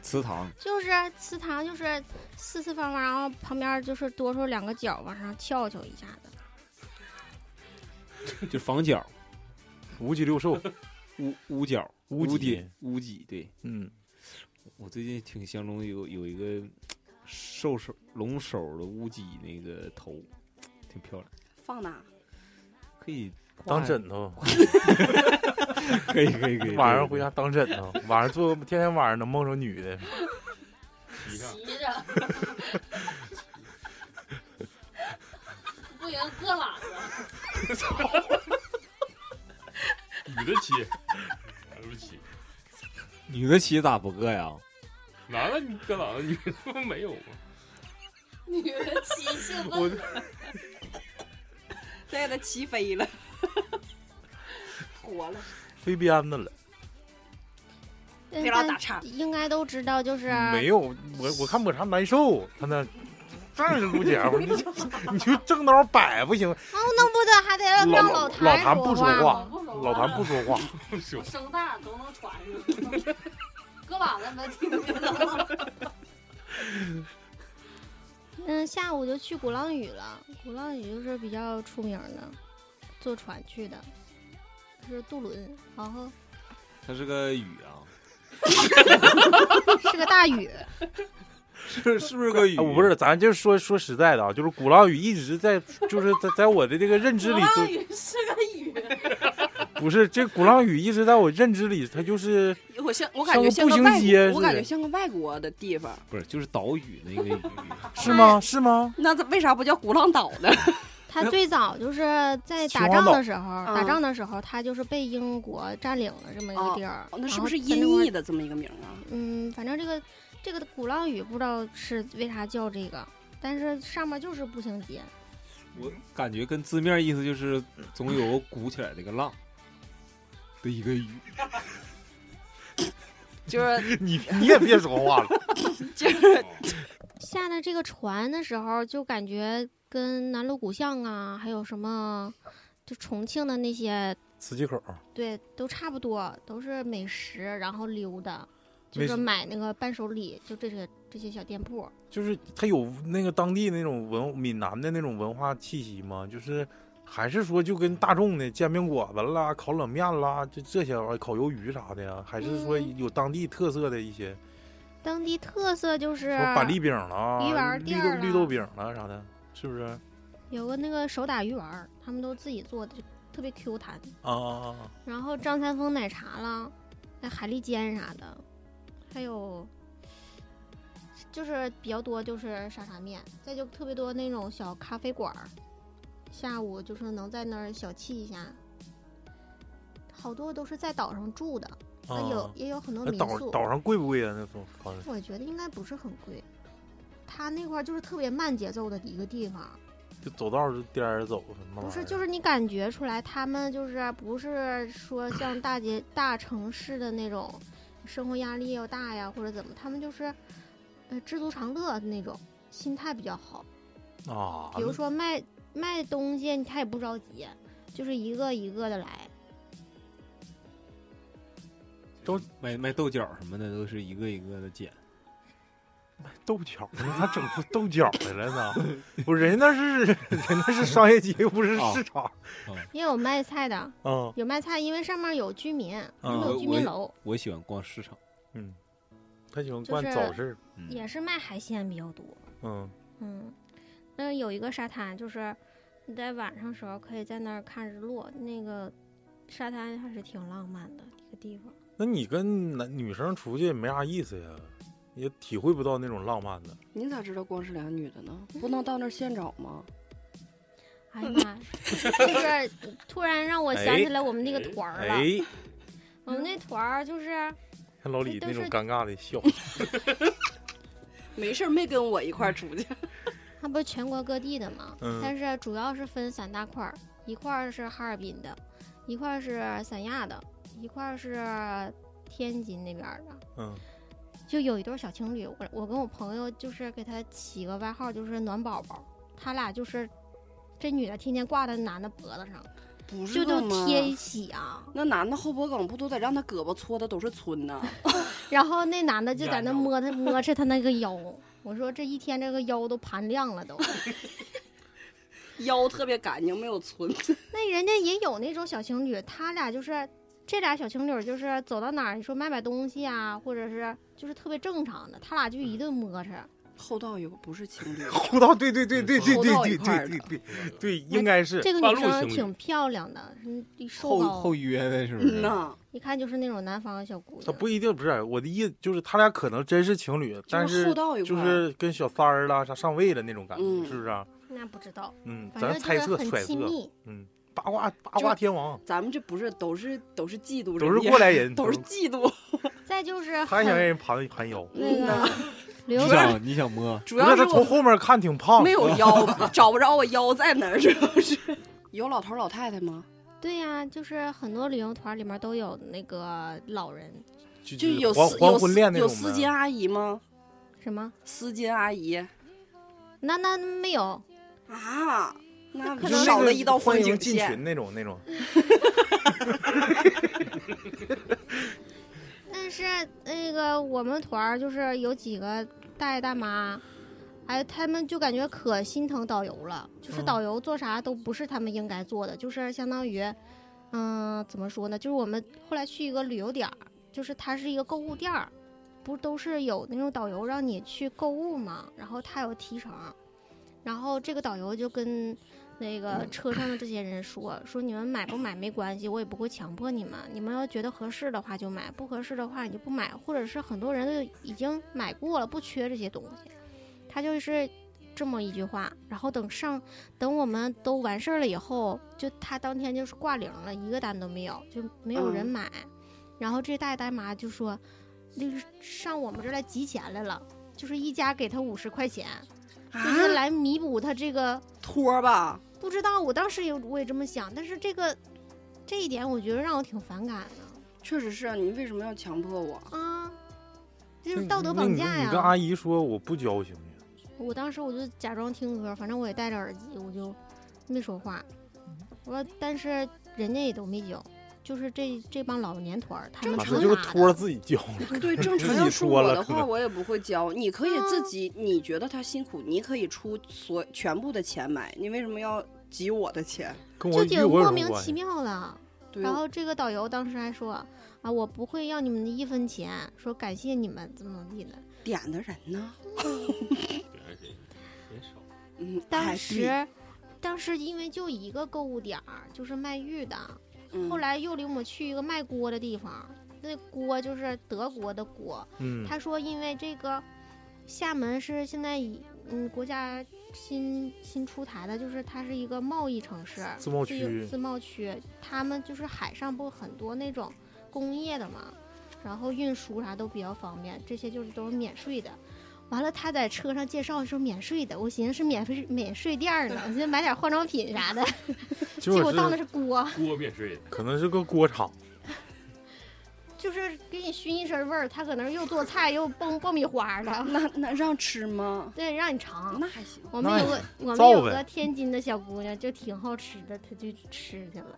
B: 祠堂，
C: 就是祠堂，就是四四方方，然后旁边就是多出两个角往上翘翘一下子。
B: 就房角、
A: 五脊六兽，
B: 屋屋角、
A: 屋脊
B: 屋顶、屋脊。对
A: 嗯，
B: 我最近挺相中有有一个兽手龙手的屋脊那个头，挺漂亮，
F: 放哪？
B: 可以
A: 当枕头，
B: 可以可以 <laughs> 可以。
A: 晚上回家当枕头，晚上做，天天晚上能梦着女的，
E: 你看，
D: 骑着， <laughs> 不行，硌喇子。
E: 女的骑，男的不骑，
B: 女的骑咋不硌呀？
E: 男的你搁哪？女的不没有吗？
D: <laughs> 女人骑兴奋了，
F: 再给它骑飞
A: <laughs>
F: 了，活了，
A: 飞鞭子了。
C: 但
F: 别老打岔
C: 应该都知道，就是
A: 没有，我我看抹茶难受，他那这儿就录节目，你就你就正刀摆不行，
C: 哦，弄不得还得让
A: 老
C: 老
A: 老
C: 谭
A: 谭不说话
C: 话。
D: 不熟
A: 老谭不说话，
E: 是
D: 我声大都能传上，搁喇子能听见了。
C: 嗯，下午就去鼓浪屿了，鼓浪屿就是比较出名的，坐船去的，是渡轮，然后
B: 它是个雨啊，
C: <laughs> 是个大屿，
B: <laughs> 是是不是个雨？
A: 啊我不是，咱就说说实在的啊，就是鼓浪屿一直在，就是在在我的这个认知里
D: 鼓浪
A: 都
D: 屿是个雨，
A: 不是，这鼓浪屿一直在我认知里，它就是
F: 我像我感觉
A: 像
F: 像
A: 个步行
F: 个外
A: 街
F: 国，我
A: 似
F: 感
A: 的
F: 觉像个外国的地
A: <laughs>
F: 方。
B: 不是就是岛屿那个雨。
A: 是吗？是吗？
F: 那它为啥不叫鼓浪岛
A: <laughs>
F: 呢？
C: 他最早就是在
A: 哎秦
C: 打
A: 皇
C: 仗
A: 岛
C: 的时候，打
F: 嗯
C: 仗的时候，他就是被英国占领了这么一
F: 哦
C: 个地儿。
F: 哦那
C: 然
F: 是不
C: 后
F: 是
C: 在那块
F: 音
C: 儿
F: 译的这么一个名儿
A: <laughs>
F: 啊？
C: 嗯，反正这个这个鼓浪屿不知道是为啥叫这个，但是上面就是步行街。
B: 我感觉跟字面意思就是总有鼓起来的一个浪的一个雨，
A: <laughs>
F: 就是
A: <laughs> 你你也别说话了， <laughs>
F: 就是
C: 下了这个船的时候，就感觉跟南锣鼓巷啊，还有什么就重庆的那些，
A: 磁器口
C: 对，都差不多，都是美食，然后溜达，就
A: 美
C: 是
A: 食
C: 买那个伴手礼，就这些这些小店铺。
A: 就是它有那个当地那种文闽南的那种文化气息吗？就是还是说就跟大众的煎饼果子啦、烤冷面啦，就这些玩意儿，烤鱿鱼啥的呀？还是说
C: 嗯
A: 有当地特色的一些，
C: 当地特色就是
A: 什么板栗饼啦、
C: 鱼丸
A: 绿
C: 店
A: 豆
C: 儿
A: 绿
C: 啦
A: 豆饼啦啥的，是不是？啊
C: 有个那个手打鱼丸儿，他们都自己做的，就特别 Q 弹。
A: 啊啊！
C: 然后张三丰奶茶啦，哎，海蛎煎啥的，还有就是比较多就是沙茶面，再就特别多那种小咖啡馆儿，下午就是能在那儿小憩一下。好多都是在岛上住的，
A: 啊
C: 那有也有很多
A: 那
C: 民
A: 岛
C: 宿，
A: 岛上贵不贵啊？那种房子
C: 我觉得应该不是很贵。它那块儿就是特别慢节奏的一个地方，
A: 就走道儿就颠儿走什
B: 哦
A: 么玩意儿？
C: 不是，就是你感觉出来，他们就是不是说像大街大城市的那种生活压力要大呀，或者怎么，他们就是呃知足常乐的那种心态比较好。
A: 啊，
C: 比如说卖卖东西，他也不着急，就是一个一个的来。
A: 都
B: 卖卖豆角什么的都是一个一个的捡，
A: 豆角，他整出豆角来了
C: <laughs>
A: 呢？不是，人家那是 <laughs> 人家那是商业街，又不是市场。
C: 也有卖菜的，
A: 嗯
C: 有卖菜，因为上面有居民，他
A: 嗯
C: 们有居民楼，
B: 我喜欢逛市场，
A: 嗯，他喜欢
C: 就
A: 干
C: 是
A: 早市。
B: 嗯
C: 也是卖海鲜比较多。
A: 嗯，
C: 嗯，那有一个沙滩，就是你在晚上时候可以在那儿看日落，那个沙滩还是挺浪漫的一个地方。
A: 那你跟男女生出去也没啥意思呀，也体会不到那种浪漫的。
F: 你咋知道光是俩女的呢？不能到那儿现找吗？
C: 哎呀
A: <laughs>
C: 妈，呀，就是突然让我想起来我们那个团儿了。
A: 哎，
C: 我们那团儿就是
A: 看老李
C: 这
A: 那
C: 都
A: 种
C: 是
A: 尴尬的笑。
F: 没事儿，没跟我一块儿出去。
C: 它不是全国各地的嘛，
A: 嗯
C: 但是主要是分三大块儿，一块儿是哈尔滨的，一块儿是三亚的，一块儿是天津那边儿的。
A: 嗯，
C: 就有一对儿小情侣，我我跟我朋友就是给他起个外号，就是暖宝宝，他俩就是这女的天天挂在男的脖子上，
F: <laughs> 不
C: 就是都
F: 吗？
C: 贴一起啊，
F: 那男的后脖梗不都得让他胳膊搓的都是皴呐？
C: 然后那男的就在
G: 压
C: 那
G: 着
C: 摸他摸着他那个腰，我说这一天这个腰都盘亮了都，
F: <laughs> 腰特别干净，没有皴。
C: 那人家也有那种小情侣，他俩就是。这俩小情侣就是走到哪儿，你说买买东西啊，或者是就是特别正常的，他俩就
A: 嗯
C: 一顿摸扯，
F: <laughs> 后道有个不
A: <laughs>
F: 是情侣，
A: 厚道， <laughs> 对对对 <laughs> 对对
F: 厚
A: 对
F: 道
A: 对
F: 一块
A: 对
F: 儿
A: 对
F: 的
A: 对对，应该是。
C: 这个
E: 半
C: 女
E: 路
C: 生
E: 情侣
C: 挺漂亮的，嗯一瘦
B: 后
C: 高
B: 后，约的是不
F: 嗯 <laughs>
B: 是？
F: 呐，
C: 一看就是那种南方的小姑娘。
A: 他不一定不是我的意思，就是他俩可能真是情侣，但
F: 是
A: 是
F: 厚道一啊
A: 就
F: 块儿。
A: 是跟小三儿啦啥上位了那种感觉，
F: 嗯
A: 是不是、啊？
C: 那不知道，
A: 嗯，
C: 反
A: 咱
C: 正
A: 猜
C: 就
A: 测
C: 是很
A: 揣测
C: 亲，密。
A: 嗯，八卦八卦天王啊
F: 咱们这不是都是都是嫉妒人家，
A: 都是
F: <laughs>
A: 过来
C: <laughs>
A: 嗯人，
F: 都是嫉妒，
C: 再就是
A: 他
C: 很
A: 想让人啊盘盘腰，
C: 那
F: 嗯呐
C: 个 <laughs> 刘
B: 你想你想
F: <laughs>
B: 摸，
F: 主
A: 不
F: 要
A: 是
F: 是
A: 他从
F: 我
A: 后面看挺胖，
F: 没有腰，找不着我腰在哪儿，主要是。 <laughs> 有老头老太太吗？
C: 对呀、就是很多旅游团里面都有那个老人
A: 就
F: 就是有
A: 黄
F: 丝
A: 黄
F: 有
A: 昏
F: 丝
A: 恋那
F: 有
A: 种呗
F: 丝巾阿姨吗？
C: 什么？
F: 丝巾阿姨
C: 那那没有，
F: 啊，那
A: 就是
F: 少
A: 那个
F: 了一道
A: 欢
F: 风
A: 迎
F: 景
A: 进群
F: 线。
A: 那种那种，
C: 但是那个我们团儿就是有几个大爷大妈，哎，他们就感觉可心疼导游了，就是
A: 嗯
C: 导游做啥都不是他们应该做的，就是相当于，嗯、怎么说呢？就是我们后来去一个旅游点儿，就是它是一个购物店儿，不都是有那种导游让你去购物嘛，然后他有提成，然后这个导游就跟。那个车上的这些人说说你们买不买没关系，我也不会强迫你们。你们要觉得合适的话就买，不合适的话你就不买，或者是很多人都已经买过了，不缺这些东西。他就是这么一句话，然后等上等我们都完事儿了以后，就他当天就是挂零了，一个单都没有，就没有人
F: 嗯
C: 买。然后这大爷大妈就说，那个上我们这儿来集钱来了，就是一家给他五十块钱，就是
F: 啊，
C: 来弥补他这个。
F: <laughs> 托儿吧，
C: 不知道，我当时也我也这么想，但是这个这一点我觉得让我挺反感的
F: 确实是啊。你为什么要强
A: <laughs>
F: 迫我？
C: 啊，就
A: 那
C: 是
A: 你
C: 道德
A: 那
C: 绑
A: 嗯你
C: 架
A: 你跟阿
C: 呀。
A: 姨说我不交行不行？
C: 我当时我就假装听歌，反正我也戴着耳机，我就没说话。我说，但是人家也都没交，就是这这帮老年团儿他们
A: 反
C: 成
A: 正就是
C: 啥
A: 托
C: 的
A: 自己交
C: <laughs>
A: 了，
F: 对，正常
A: 自己
F: 要是
A: 说
F: 我
A: 了
F: 的
A: 可
F: 话，
A: 能
F: 我也不会教。你可以自
C: 嗯
F: 己，你觉得他辛苦，你可以出所全部的钱买，你为什么要挤我的钱？
A: 跟我
C: 就
A: 与
C: 挺
A: 我有
C: 莫
A: 什么
C: 名
A: 关
C: 其
A: 系？
C: 妙的。
F: 对，
C: 然后这个导游当时还说啊，我不会要你们的一分钱，说感谢你们怎么怎么地的。
F: 点的人呢？ <laughs>
E: 点谁？人少。
F: 嗯，哎
C: 当
F: 对
C: 时，当时因为就一个购物点儿，就是卖玉的。
F: 嗯
C: 后来又领我去一个卖锅的地方，那锅就是德国的锅。
A: 嗯，
C: 他说，因为这个厦门是现在以嗯国家新新出台的，就是它是一个贸易城市，
A: 自贸
C: 自由
A: 区
C: 自贸区，他们就是海上不很多那种工业的嘛，然后运输啥都比较方便，这些就是都是免税的。完了，他在车上介绍是免税的，我寻思是免费免税店儿呢，我寻思买点化妆品啥的，
A: <laughs> 结
C: 结
A: 果
C: 果到那
A: 是
C: 是锅，
E: 锅免税，
A: 可能是个锅厂，
C: 就是给你熏一身味儿，他可能又做菜又爆爆米花的，
F: 那 <laughs> 那让吃吗？
C: 对，让你尝。
F: 那还行。
C: 我们有个我们
A: 造
C: 有
A: 呗
C: 个天津的小姑娘就挺好吃的，她就吃去了，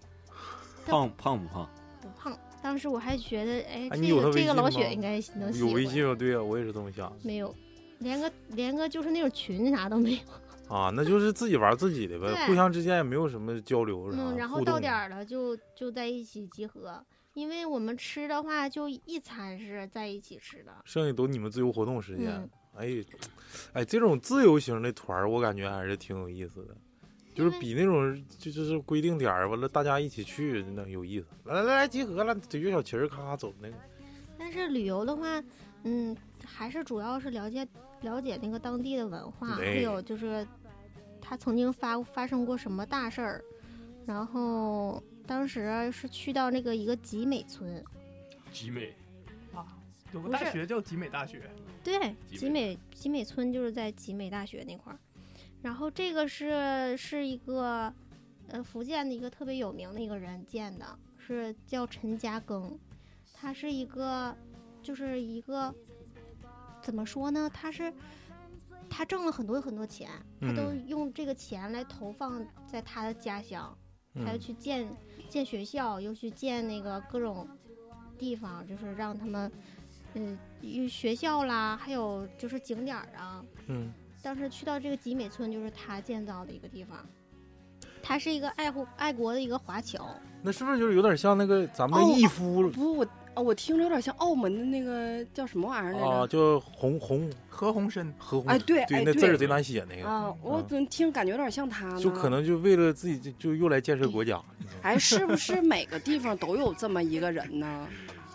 B: 胖胖不胖？
C: 不胖，当时我还觉得，哎，
A: 哎
C: 这
A: 你有
C: 个
A: 他微
C: 这个
A: 信
C: 老
A: 吗
C: 雪应该能喜
A: 有微
C: 欢。
A: 信吗？对呀、我也是这么想的
C: 没有，连个连个就是那种群啥都没有。
A: 啊，那就是自己玩自己的呗，
C: 对
A: 互相之间也没有什么交流啥，
C: 嗯，然后
A: 互
C: 到
A: 动
C: 点儿了就就在一起集合，因为我们吃的话就一餐是在一起吃的。
A: 剩下都你们自由活动时间。
C: 嗯
A: 哎，哎，这种自由型的团儿，我感觉还是挺有意思的，就是
C: 因为
A: 比那种就就是规定点儿，完了大家一起去那有意思。来来来，集合了，怼着小旗儿，咔咔走那个。
C: 但是旅游的话，嗯，还是主要是了解了解那个当地的文化，
A: 对
C: 还有就是他曾经发发生过什么大事儿。然后当时是去到那个一个集美村，
E: 集美
G: 啊，有个
C: 不
G: 大
C: 是
G: 学叫集美大学，
C: 对，
E: 集
C: 集美集美村就是在集美大学那块儿。然后这个是是一个，呃，福建的一个特别有名的一个人建的，是叫陈嘉庚，他是一个，就是一个，怎么说呢？他是他挣了很多很多钱，他都
A: 嗯
C: 用这个钱来投放在他的家乡，他又
A: 嗯，
C: 去建建学校，又去建那个各种地方，就是让他们，嗯，有学校啦，还有就是景点儿啊。
A: 嗯，
C: 当时去到这个集美村，就是他建造的一个地方。他是一个爱护爱国的一个华侨，
A: 那是不是就是有点像那个咱们
F: 哦
A: 逸夫了
F: 不，我啊我听着有点像澳门的那个叫什么玩意儿
A: 啊？
F: 来着？
A: 叫红红
G: 何鸿燊
A: 何红？
F: 哎对哎
A: 那
F: 对
A: 字儿贼难写那个，
F: 啊，我怎么听感觉有点像他呢？
A: 就可能就为了自己就就又来建设国家。你知道吗
F: 哎，是不是每个地方都有这么一个
A: <laughs>
F: 人呢？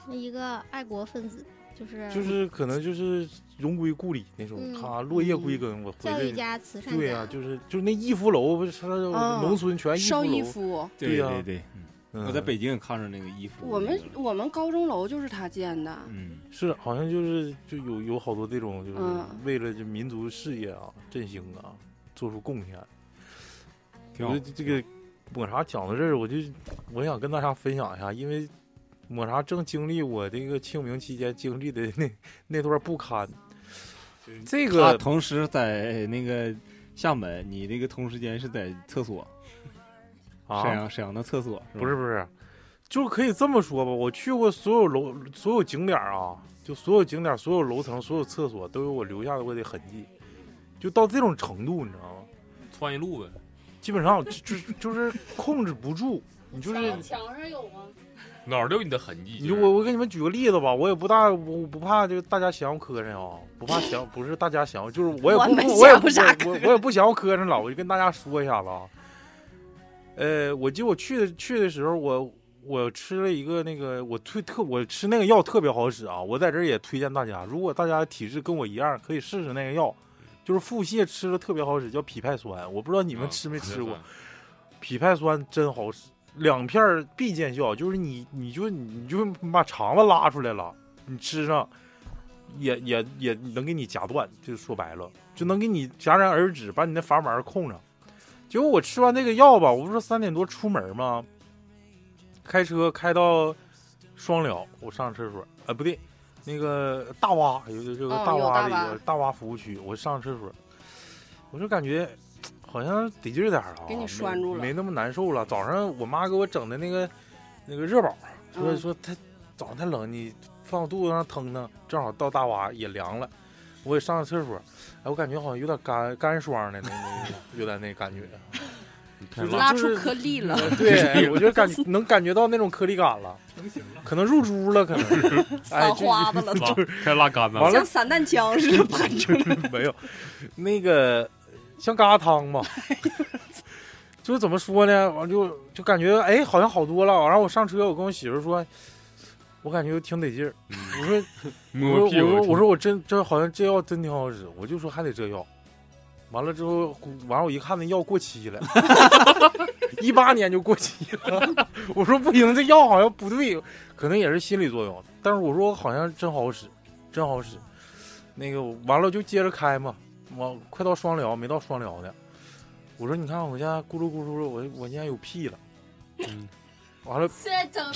C: 是一个爱国分子，就是
A: 就是可能就是荣归故里那种，
C: 嗯
A: 他落叶归根，我回
C: 教育
A: 来
C: 家、慈善
A: 对
C: 家。
A: 呀、就是就是那逸夫楼，不是说
F: 啊
A: 农村全逸
F: 邵
A: 夫
F: 逸
A: 楼。
F: 夫，
A: 对呀
B: 对对，嗯
A: 嗯、
B: 我在北京也看着那个衣服。
F: 我们我们高中楼就是他建的。
B: 嗯，
A: 是好像就是就有有好多这种就是
F: 嗯
A: 为了这民族事业啊振兴啊做出贡献。
B: 挺好
A: 我。就这个抹茶讲到这儿，我就我想跟大家分享一下，因为抹茶正经历我这个清明期间经历的那那段不堪。这
B: 他
A: 个
B: 同时在那个厦门，你那个同时间是在厕所，沈
A: 啊，
B: 阳沈阳的厕所是吧？
A: 不是不是，就可以这么说吧，我去过所有楼、所有景点儿啊，就所有景点儿、所有楼层、所有厕所都有我留下的我的痕迹，就到这种程度，你知道吗？
E: 窜一路呗，
A: 基本上就就就是控制不住，你就是
D: 墙上有吗？
E: 哪儿都有你的痕迹。
A: 你就
E: 就
A: 是我我给你们举个例子吧，我也不大我不怕就大家嫌我磕碜啊，不怕嫌不是大家嫌我，就是我也
F: 我
A: 不
F: 们
A: 我也
F: 嫌
A: 不
F: 不
A: 我
F: 上
A: 我我也不嫌我磕碜了，我就跟大家说一下子啊。呃，我记得我去的去的时候，我我吃了一个那个我推特我吃那个药特别好使啊，我在这儿也推荐大家，如果大家体质跟我一样，可以试试那个药，就是腹泻吃了特别好使，叫匹派酸，我不知道
E: 啊
A: 你们吃没吃过。？匹派酸真好使，两片儿必见效，就是你你就你就把肠子拉出来了，你吃上也也也能给你夹断，就说白了，就能给你戛然而止，把你那阀门儿控上。结果我吃完这个药吧，我不是三点多出门吗？开车开到双寮，我上厕所，啊、不对，那个大洼，有这个
F: 哦
A: 大
F: 有
A: 洼
F: 大
A: 的一
F: 洼
A: 个大洼服务区，我上厕所，我就感觉好像得劲儿点儿了啊，
F: 给你
A: 没
F: 拴住了
A: 没那么难受了。早上我妈给我整的那个那个热宝，说
F: 嗯
A: 说她早上太冷，你放肚子上腾腾，正好到大娃也凉了。我也上了厕所，哎，我感觉好像有点干干霜的那那个有点那感觉，
B: 看
A: 就是
F: 拉
A: 就
F: 出
A: 是嗯
F: 颗粒了，
A: 对， <laughs> 我就感觉能感觉到那种颗粒感了，
G: 成型了。
A: 可能入珠了，
F: <laughs>
A: 可能哎
F: 散
A: 这
F: 花子了，
E: 拉开始拉杆
A: <laughs>
E: 子，
A: 完了
F: 像散弹枪似
A: <laughs>
F: 的喷出来。
A: 没有，那个像疙瘩汤吧，就是怎么说呢，完就就感觉哎好像好多了。然后我上车，我跟我媳妇说，我感觉挺得劲儿。我说
E: 摸
A: 我
E: 屁
A: 说我
E: 股
A: 说，我说我真真好像这药真挺好使，我就说还得这药。完了之后，完了我一看那药过期了， <laughs> 一八年就过期了。 <laughs> 我说不行，这药好像不对，可能也是心理作用。但是我说我好像真好使，真好使。那个完了就接着开嘛，我快到双疗没到双疗呢。我说你看我现在咕噜咕噜，我我现在有屁了。
B: 嗯
A: 完了
D: 现在整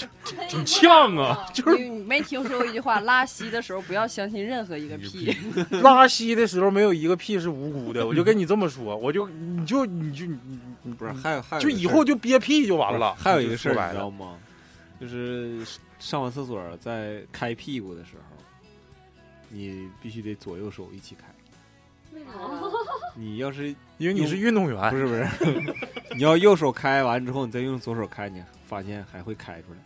E: 挺呛啊！
F: 你你没听说过一句话，拉稀的时候不要相信任何一个屁。
A: 拉稀的时候没有一个屁是无辜的，我就跟你这么说，我就你就你就你你
B: 不是，还有还有
A: 就
B: 一个
A: 以
B: 事儿
A: 后就憋屁就完了。
B: 还有一个
A: 说
B: 事儿，
A: 白
B: 你知
A: 了
B: 道，吗？就是上完厕所在开屁股的时候，你必须得左右手一起开。
D: 为啥？
B: 你要是
A: 因为你是运动员，
B: 不是不是， <laughs> 你要右手开完之后，你再用左手开，你发现还会开出来。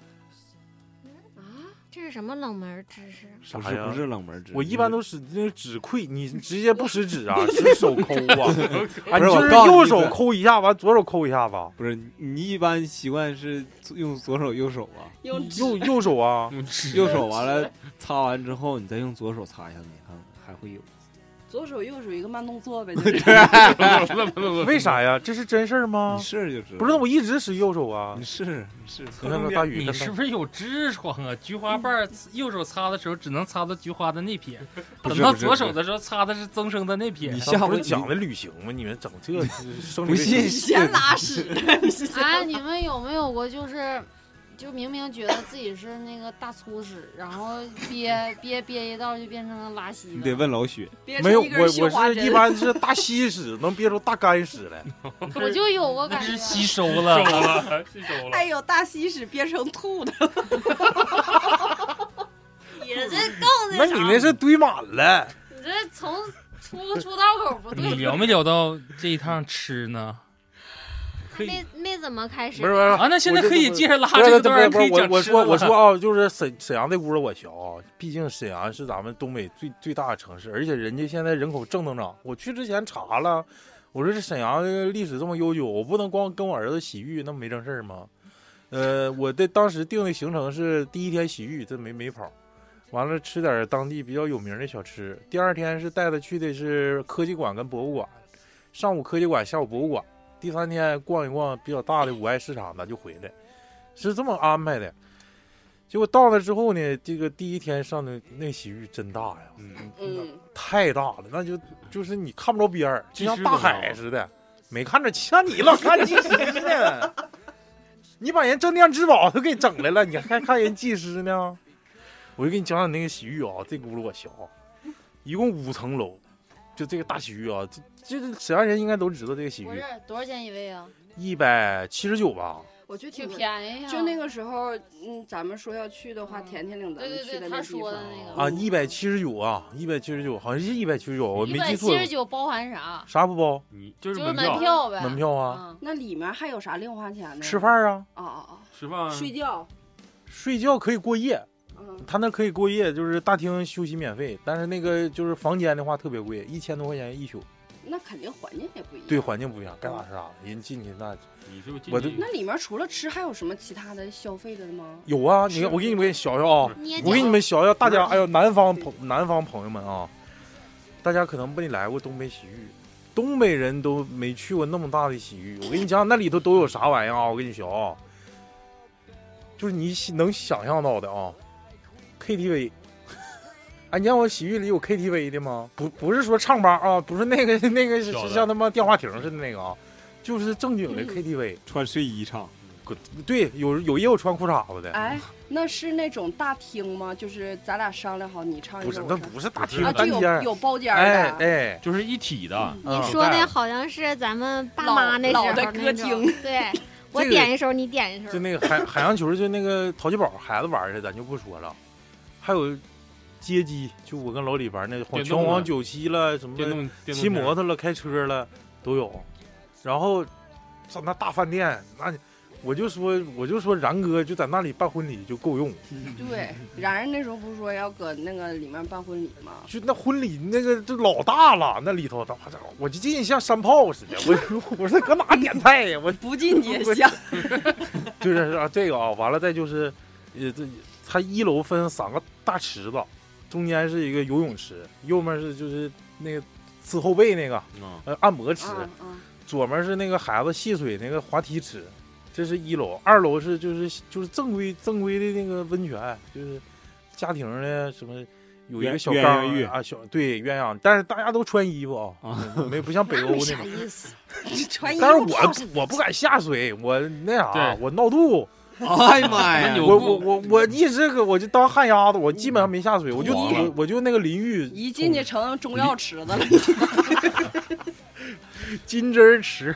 C: 这是什么冷门知识？啊
A: 啥
B: 不是
A: 呀
B: 不是冷门指，
A: 我一般都使那个指溃，你直接不使指
B: <laughs>
A: 啊，
B: 我
A: 使手抠啊，啊，
B: 不
A: 你就
B: 是我
A: 是
B: 告诉
A: 右
B: 你
A: 手
B: 是
A: 抠一下，完左手抠一下子，
B: 不是你一般习惯是用左手右手
A: <laughs>
B: 啊，
F: <laughs>
D: 嗯
F: 用纸
A: 右右手
B: <laughs>
A: 啊，
E: 用纸
B: 右手完了擦完之后，你再用左手擦一下，你看还会有。
F: 左手右手一个慢动作
A: <laughs>
F: 呗，就是
A: 啊为啥呀？这是真事儿吗
B: 你？试试就知道。
A: 啊不是，我一直使右手啊
B: 你。试试你试试。
A: 你看看大宇，
E: 你是不是有痔疮啊？菊花瓣儿右手擦的时候只能擦到菊花的那撇，
B: 不
E: 等
B: 是
E: 到
B: 不是
E: 左
B: 不
E: 手
B: 是
E: 的时候擦的是增生的那撇
B: 你。
A: 你
B: 下
A: 不
B: 回
A: 是
B: 你
A: 讲的旅行吗？你们整这个生理
B: 不信
A: 卫生
F: 先拉屎。
D: 哎，你们有没有过就是，就明明觉得自己是那个大粗使，然后憋憋憋一道就变成了拉稀了。
B: 你得问老雪，
F: 憋成
A: 没有，
F: 一
A: 我
F: 根绣花
A: 我是
F: 针哦
A: 一般是大稀屎，能憋出大干屎
F: <laughs>
A: 来。
D: 我就有过
E: 那
D: 感觉
E: 是。吸收了，吸收了， <laughs> 吸收了
F: 哎。呦，大西屎憋成吐的，
D: 你这够
A: 那
D: 那啥
A: 你那是堆满了，
D: 你这从出出道口不
A: 嗯
E: 你
D: 对，
E: 聊没聊到这一趟吃呢？可以
C: 没没怎么开始
A: 不是不是
E: 啊，那现在可以接着拉
A: <laughs> 不
E: 这
A: 是
E: 个
A: 不
E: 段
A: 是
E: 儿，
A: 不
E: 可
A: 是
E: 以
A: 我
E: 讲
A: 我
E: 吃的
A: 说我
E: 了。
A: 说啊，就是沈沈阳这轱辘我学啊，毕竟沈阳是咱们东北最最大的城市，而且人家现在人口正增长。我去之前查了，我说这沈阳这个历史这么悠久，我不能光跟我儿子洗浴，那没正事儿吗？呃，我的当时定的行程是第一天洗浴，这没没跑。完了吃点当地比较有名的小吃。第二天是带他去的是科技馆跟博物馆，上午科技馆，下午博物馆。第三天逛一逛比较大的五爱市场，咱就回来，是这么安排的。结果到了之后呢，这个第一天上的那洗浴真大呀，
B: 嗯，
F: 嗯，
A: 太大了，那就就是你看不着边儿，就
E: 鸡
A: 像
E: 翅
A: 大
E: 都
A: 海
E: 大
A: 似的，没看着，像你老看技师呢， <laughs> 你把人镇店之宝都给整来了，你还看人技师呢？我就给你讲讲那个洗浴啊，这轱辘我学啊，一共五层楼，就这个大洗浴啊，这这这沈阳人应该都知道这个洗
D: 不
A: 浴
D: 是，多少钱一位啊？
A: 一百七十九吧，
F: 我觉得
D: 挺
F: 挺。
D: 便宜啊。
F: 就那个时候，嗯，咱们说要去的话，
D: 嗯
F: 甜甜领咱
D: 对
F: 们
D: 对
F: 去
D: 对，
F: 的
D: 他
F: 那地
D: 说的
F: 方，
D: 那个
A: 啊，一百七十九啊，一百七十九，好像是一百七十九，我没
D: 一
A: 记
D: 百
A: 错
D: 七，十九包含啥？
A: 啥不包？
E: 你就
D: 就是是
E: 门
D: 门
E: 票，
D: 票呗。
A: 门票啊，
D: 啊。嗯
F: 那里面还有啥零花钱呢？
A: 吃饭嗯啊，
F: 哦哦
E: 吃饭
F: 哦，睡觉，
A: 睡觉可以过夜。
F: 嗯，
A: 他那可以过夜，就是大厅休息免费，但是那个就是房间的话特别贵，一千多块钱一宿。
F: 那肯定环境也不一样。
A: 对，，环境不一样，该咋是咋。人进去那
E: 你是不是
A: 我
E: 进去
A: 都
F: 那里面除了吃，还有什么其他的消费的吗？
A: 有啊，你
F: 是
A: 看我给你们给学学啊，
C: 捏
A: 我给
C: 脚
A: 你们学学大家，哎呦，南方朋南方朋友们啊，大家可能没来过东北洗浴，东北人都没去过那么大的洗浴。我给你讲讲那里头都有啥玩意儿啊，我给你学啊，就是你喜能想象到的啊，KTV。哎，你让我洗浴里有 KTV 的吗？不，不是说唱吧啊，不是那个那个是
E: 小的
A: 像他妈电话亭似的那个啊，就是正经的 KTV。
B: 穿睡
A: <laughs>
B: 衣唱，
A: 对，有有也有穿裤衩子的，
F: 哎，那是那种大厅吗？就是咱俩商量好，你唱一
A: 不是
F: 个，，我
A: 那
F: 唱一
A: 不是大厅
F: 个啊，
A: 单
F: 就
A: 间儿
F: 有，有包间儿
A: 哎
F: 的，啊
A: 哎，
E: 就是一体的，
A: 嗯
C: 你说的好像是咱们爸
F: 老
C: 妈那时候
F: 老的
C: 那
F: 歌
C: 种
F: 厅， <laughs>
C: 对我
A: 这个
C: 点一首，你点一首
A: 就，那个海海洋球，就那个淘气堡孩子玩儿的，咱就不说了。还有街机，就我跟老李玩儿那个
E: 电
A: 拳
E: 动的
A: 皇九七了，什么
E: 电动电动
A: 骑摩
E: 车
A: 托了、开车了都有。然后上那大饭店，那我就说我就说然哥就在那里办婚礼就够用，
F: 对。然而那时候不是说要搁那个里面办婚礼吗？
A: 就那婚礼那个就老大了，那里头那家伙我就进去像山炮似的，我 <laughs> 我说搁哪点菜呀？我
F: 不
A: <laughs>
F: 进去也香，
A: 就是啊，这个啊，完了再就是，呃，这它一楼分三个大池子，中间是一个游泳池，右面是就是那个刺后背那个
B: 嗯
E: 啊，
A: 呃按摩池，
F: 啊啊，
A: 左面是那个孩子戏水那个滑梯池，这是一楼，二楼是就是就是正规正规的那个温泉，就是家庭的什么。有一
B: 鸳
A: 个小
B: 鸳鸯
A: 缸儿
B: 浴
A: 啊，小对鸳鸯，但是大家都穿衣服啊，没不像北
F: 那
A: 欧
F: 没
A: 那
F: 啥
A: 种。
F: 意思， <laughs> 穿衣
A: 但是
F: 服
A: 我
F: 泡
A: 不我不敢下水，我那啥，
E: 对
A: 我闹肚，
B: 哎呀妈呀
E: 那！有
A: 我我我我一直搁我就当旱鸭子，我基本上没下水，我就
E: 黄了
A: 我我就那个淋浴，嗯
F: 一进去成中药池子了，
A: 金针儿吃，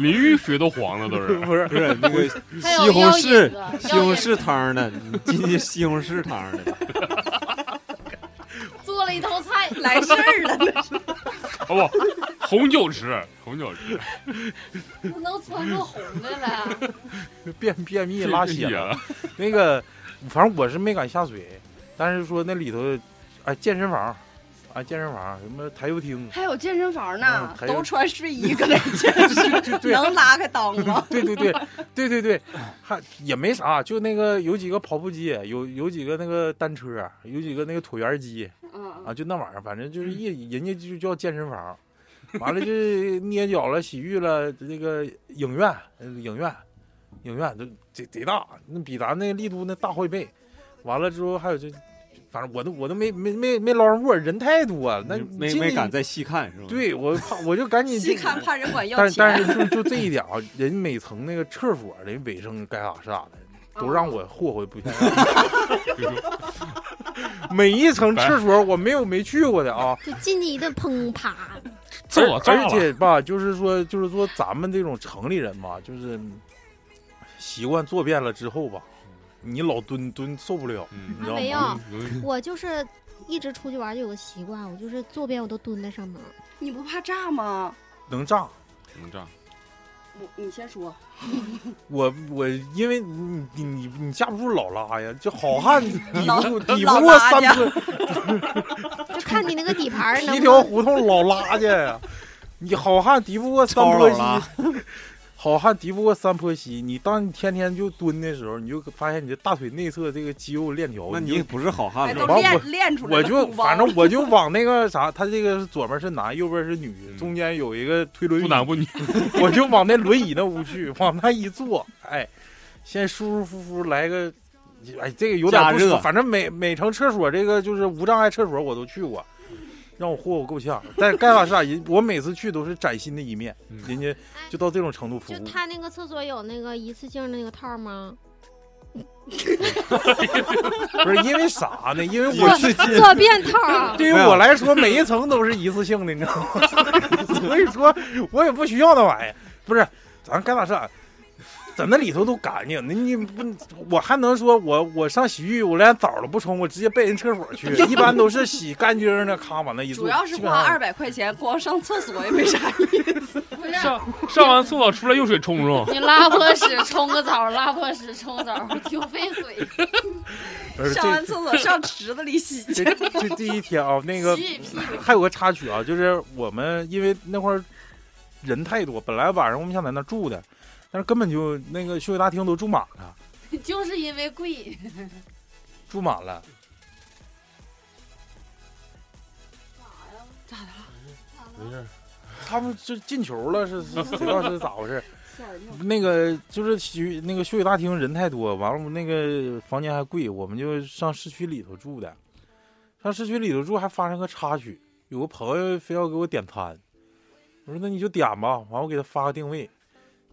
H: 鲤鱼血都黄了，都是。
B: 不是不是那个
D: 还
B: 西
D: 有
B: 红
D: 腰
B: 柿
D: 引子，
B: 西
D: 腰
B: 红
D: 引
B: 柿汤儿呢，你进去西红柿汤儿呢，
D: 做了一道菜，
F: 来事儿了呢，
H: 哦不，红酒吃，红酒吃，
D: 不能穿个红的了。
A: 便便秘
E: <laughs>
A: 拉
H: 屁 <laughs>
A: 血了。
H: 呀！
A: 那个，反正我是没敢下水，但是说那里头，哎，健身房，啊，健身房，什么台球厅， <laughs>
F: 还有健身房呢
A: 嗯，还有
F: 都穿睡衣搁那健身，
A: 对啊
F: 能拉开裆吗？
A: 对对对，对对对，还也没啥，就那个有几个跑步机，有有几个那个单车，有几个那个椭圆机
F: 嗯，
A: 啊，就那玩意儿，反正就是一人家就叫健身房，完了就捏脚了、洗浴了，那个影院、呃影院、影院都贼贼大，那比咱那力度那大好几倍。完了之后还有就，反正我都我都没没没没捞上窝，人太多了， <laughs> 那
B: 没
A: 进
B: 没
A: 去
B: 敢再细看是吧？，
A: 对我怕我就赶紧
F: 细
A: 进。
F: 看怕人管要
A: 但但
F: 钱，
A: 是就就这一点啊，人每层那个厕所的卫生该咋是咋的，都让
F: 哦
A: 我霍霍不下来。每一层厕所我没有没去过的啊，
C: 就进去一顿砰啪，
H: <laughs> 自我炸
A: 而
H: 了
A: 且吧，就是说就是说咱们这种城里人吧，就是习惯坐便了之后吧，你老蹲蹲受不了，
H: 嗯
A: 你知道
C: 没
A: 吗？
C: 有我就是一直出去玩就有个习惯，我就是坐便我都蹲在上面。
F: 你不怕炸吗？
A: 能炸。
H: 能炸。
F: 我你先说，
A: 我我因为你你你你架不住老拉呀，就好汉抵不抵不
F: 老
A: 过
F: 拉
A: 三
F: 家
A: 分
C: 就看你那个底盘儿
A: <laughs>
C: 能
A: 一
C: 不
A: 条
F: <laughs>
C: 能
A: 胡同老拉去呀！你好汉敌不过三坡
B: 超老
A: 西，好汉敌不过三坡西。你当你天天就蹲的时候，你就发现你的大腿内侧这个肌肉链条，
B: 那你
A: 就
B: 也不是好汉
F: 哎，
B: 是
F: 都
B: 吧？
A: 完啊我
F: 练练出来
A: 我
F: 了，
A: 就
F: 鼓包 <laughs>
A: 反正我就往那个啥，他这个是左边是男，右边是女，
H: 嗯
A: 中间有一个推轮
H: 不
A: 椅，
H: 男不女，
A: <laughs> 我就往那轮椅那屋去，往那一坐，哎，先舒舒服服来个，哎，这个有点不
B: 加
A: 舒
B: 热
A: 服。反正每每层厕所这个就是无障碍厕所我都去过，让我霍霍够呛。但该咋是咋，人我每次去都是崭新的一面，
B: 嗯
A: 人家就到这种程度服
C: 就
A: 务。
C: 他那个厕所有那个一次性的那个套吗？
A: 不是因为啥呢？ <laughs> 因为
B: 一
A: 我，
B: 次进
C: 坐便套
D: 啊
A: <laughs> 对于我来说每一层都是一次性的，你知道吗？ <laughs> 所以说我也不需要那玩意儿，不是，咱该咋是咋。啊在那里头都干净，你你不，我还能说我我上洗浴，我连澡都不冲，我直接奔人厕所去。一般都是洗干净的，咔往那一坐。
F: 主要是
A: 基本
F: 花
A: 上
F: 二百块钱，光上厕所也没啥
A: <laughs>
F: 意思。
D: 不是，
H: 上上完厕所出来用水冲 <laughs> 冲，
D: 你拉泼屎冲个澡，拉泼屎冲个澡，挺费水。
A: 不是
F: 上
A: 这
F: 完厕所上池子里洗去。
A: 这这这一天啊，那个
D: 洗洗屁股，
A: 还有个插曲啊，就是我们因为那会儿人太多，本来晚上我们想在那住的，但是根本就那个休息大厅都住满了，
D: 就是因为贵。
A: 住满了。
H: 没事，
A: 他们就进球了，是是不知道是咋回事。
F: 吓我一跳
A: 那个就是洗那个休息大厅人太多，完了我那个房间还贵，我们就上市区里头住的。上市区里头住还发生个插曲，有个朋友非要给我点餐，我说那你就点吧，完我给他发个定位，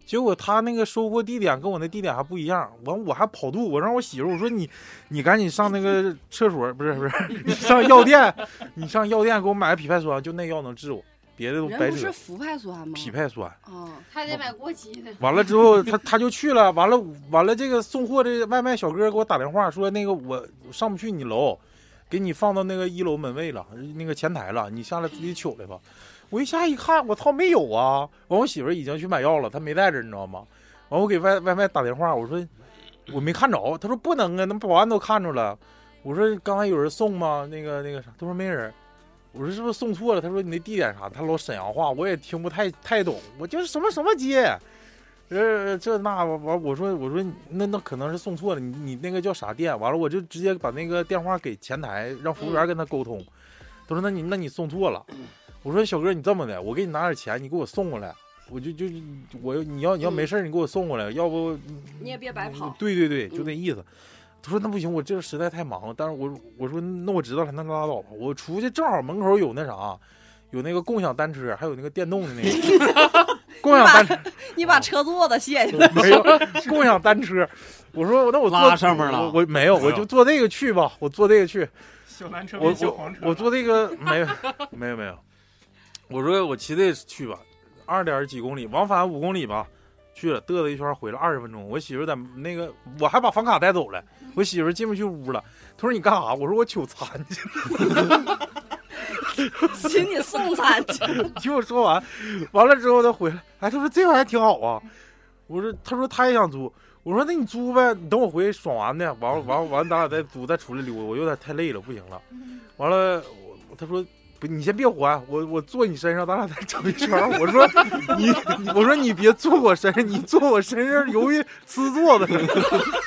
A: 结果他那个收货地点跟我那地点还不一样，完我还跑肚，我让我媳妇儿我说你你赶紧上那个厕所，不是 <laughs> 不是，你上药店，你上药店给我买个匹配酸，就那药能治我，别的都白
F: 人不
A: 扯
F: 是。氟派酸吗？
A: 匹配酸。
F: 啊，
D: 还得买过期的，
A: <laughs> 完了之后，他他就去了。完了，完了，这个送货的外卖小哥给我打电话说，那个我上不去你楼，给你放到那个一楼门卫了，那个前台了，你下来自己取来吧。我一下一看，我操，没有啊！完，我媳妇儿已经去买药了，她没带着，你知道吗？完，我给外外卖打电话，我说我没看着，他说不能啊，那保安都看着了。我说刚才有人送吗？那个那个啥，他说没人。我说是不是送错了？他说你那地点啥？他老沈阳话，我也听不太太懂。我就是什么什么街，呃这那完我说我说你那那可能是送错了，你你那个叫啥店？完了我就直接把那个电话给前台，让服务员跟他沟通。他说那你那你送错了。我说小哥你这么的，我给你拿点钱，你给我送过来。我就就我你要你要没事儿你给我送过来，要不
F: 你也嗯别白跑。嗯
A: 对对对，就那意思。他说那不行，我这个实在太忙了。但是我我说那我知道了，那拉倒吧。我出去正好门口有那啥，有那个共享单车，还有那个电动的那个
F: <laughs>
A: 共享单车
F: 你把车座子
A: <laughs>
F: 卸下来，
A: 没有共享单车。我说那我坐
B: 拉上面了
A: 我我没有，
H: 没有
A: 我就坐这个去吧，我坐这个去。
G: 小蓝车
A: 我
G: 跟小黄
A: 我
G: 车，
A: 我坐这个没有没有没有。我说我骑的去吧，二点几公里，往返五公里吧，去了嘚瑟一圈回来二十分钟。我媳妇在那个，我还把房卡带走了。我媳妇进不去屋了，她说你干啥？我说我取餐去。
F: 请你送餐去。
A: <laughs> 听我说完，完了之后她回来，哎，她说这玩意儿挺好啊。我说，她说她也想租。我说那你租呗，你等我回去爽完呢，完完完，咱俩再租再出来溜。我有点太累了，不行了。完了，我她说不，你先别还我，我坐你身上，咱俩再整一圈儿。我说你，你我说你别坐我身上，你坐我身上容易呲座子。 <laughs>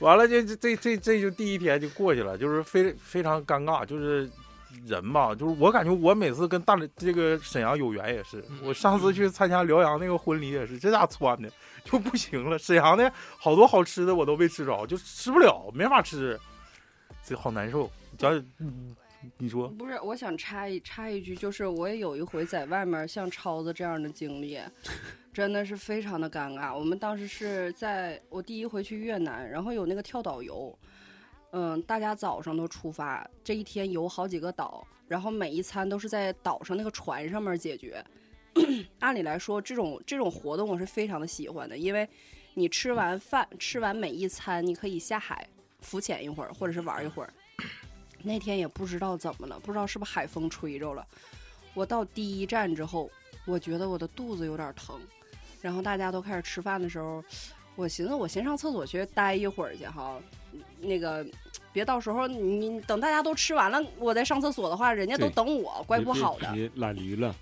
A: 完了，这这这这这就第一天就过去了，就是非非常尴尬，就是人吧，就是我感觉我每次跟大连这个沈阳有缘也是，我上次去参加辽阳那个婚礼也是，这家穿的就不行了，沈阳的好多好吃的我都没吃着，就吃不了，没法吃，这好难受。讲，嗯你说
F: 不是，我想插一插一句，就是我也有一回在外面像超子这样的经历，真的是非常的尴尬。我们当时是在我第一回去越南，然后有那个跳岛游，嗯，大家早上都出发，这一天游好几个岛，然后每一餐都是在岛上那个船上面解决。 <coughs> 按理来说，这种这种活动我是非常的喜欢的，因为你吃完饭，吃完每一餐，你可以下海浮潜一会儿，或者是玩一会儿。那天也不知道怎么了，不知道是不是海风吹着了。我到第一站之后，我觉得我的肚子有点疼，然后大家都开始吃饭的时候，我寻思我先上厕所去待一会儿去哈，那个别到时候你你等大家都吃完了，我再上厕所的话，人家都
B: 对
F: 等我，怪不好的。
B: 你懒驴了，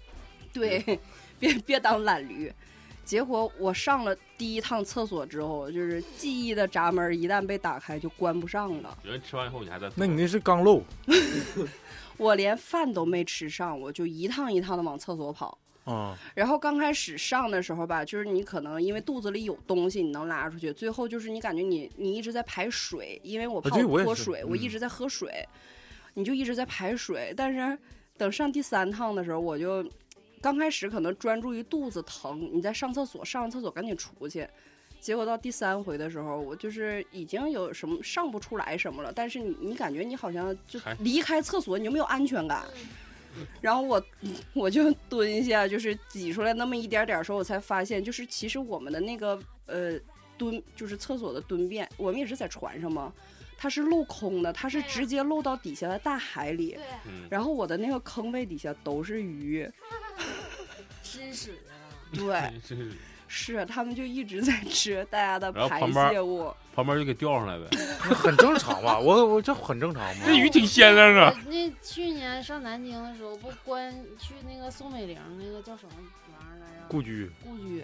F: 对， <laughs> 别别当懒驴。结果我上了第一趟厕所之后，就是记忆的闸门一旦被打开就关不上了。
H: 原来吃完以后你还在吐，
A: 那你那是刚漏，
F: 我连饭都没吃上，我就一趟一趟的往厕所跑。
A: 啊，
F: 然后刚开始上的时候吧，就是你可能因为肚子里有东西，你能拉出去。最后就是你感觉你你一直在排水，因为我怕
A: 啊对我也
F: 脱
A: 是
F: 水，我一
A: 嗯
F: 直在喝水，你就一直在排水。但是等上第三趟的时候，我就刚开始可能专注于肚子疼，你在上厕所，上完厕所赶紧出去。结果到第三回的时候，我就是已经有什么上不出来什么了，但是你你感觉你好像就
H: 还
F: 离开厕所你就没有安全感。然后我我就蹲下，就是挤出来那么一点点儿时候，我才发现，就是其实我们的那个呃蹲，就是厕所的蹲便，我们也是在船上嘛，它是镂空的，它是
D: 对呀
F: 直接漏到底下的大海里
D: 对。，
H: 嗯，
F: 然后我的那个坑位底下都是鱼，
D: 真实啊。
H: <laughs>
F: 对，
H: 真是
F: 是他们就一直在吃大家的
H: 然后
F: 排
H: 旁边
F: 泄物。
H: 旁边就给钓上来呗。
A: 很正常吧？我我这很正常嘛。
H: 这鱼挺鲜亮啊，
D: 我呃那去年上南京的时候，不关去那个宋美龄那个叫什么玩意儿来着？
A: 故居，
D: 故居，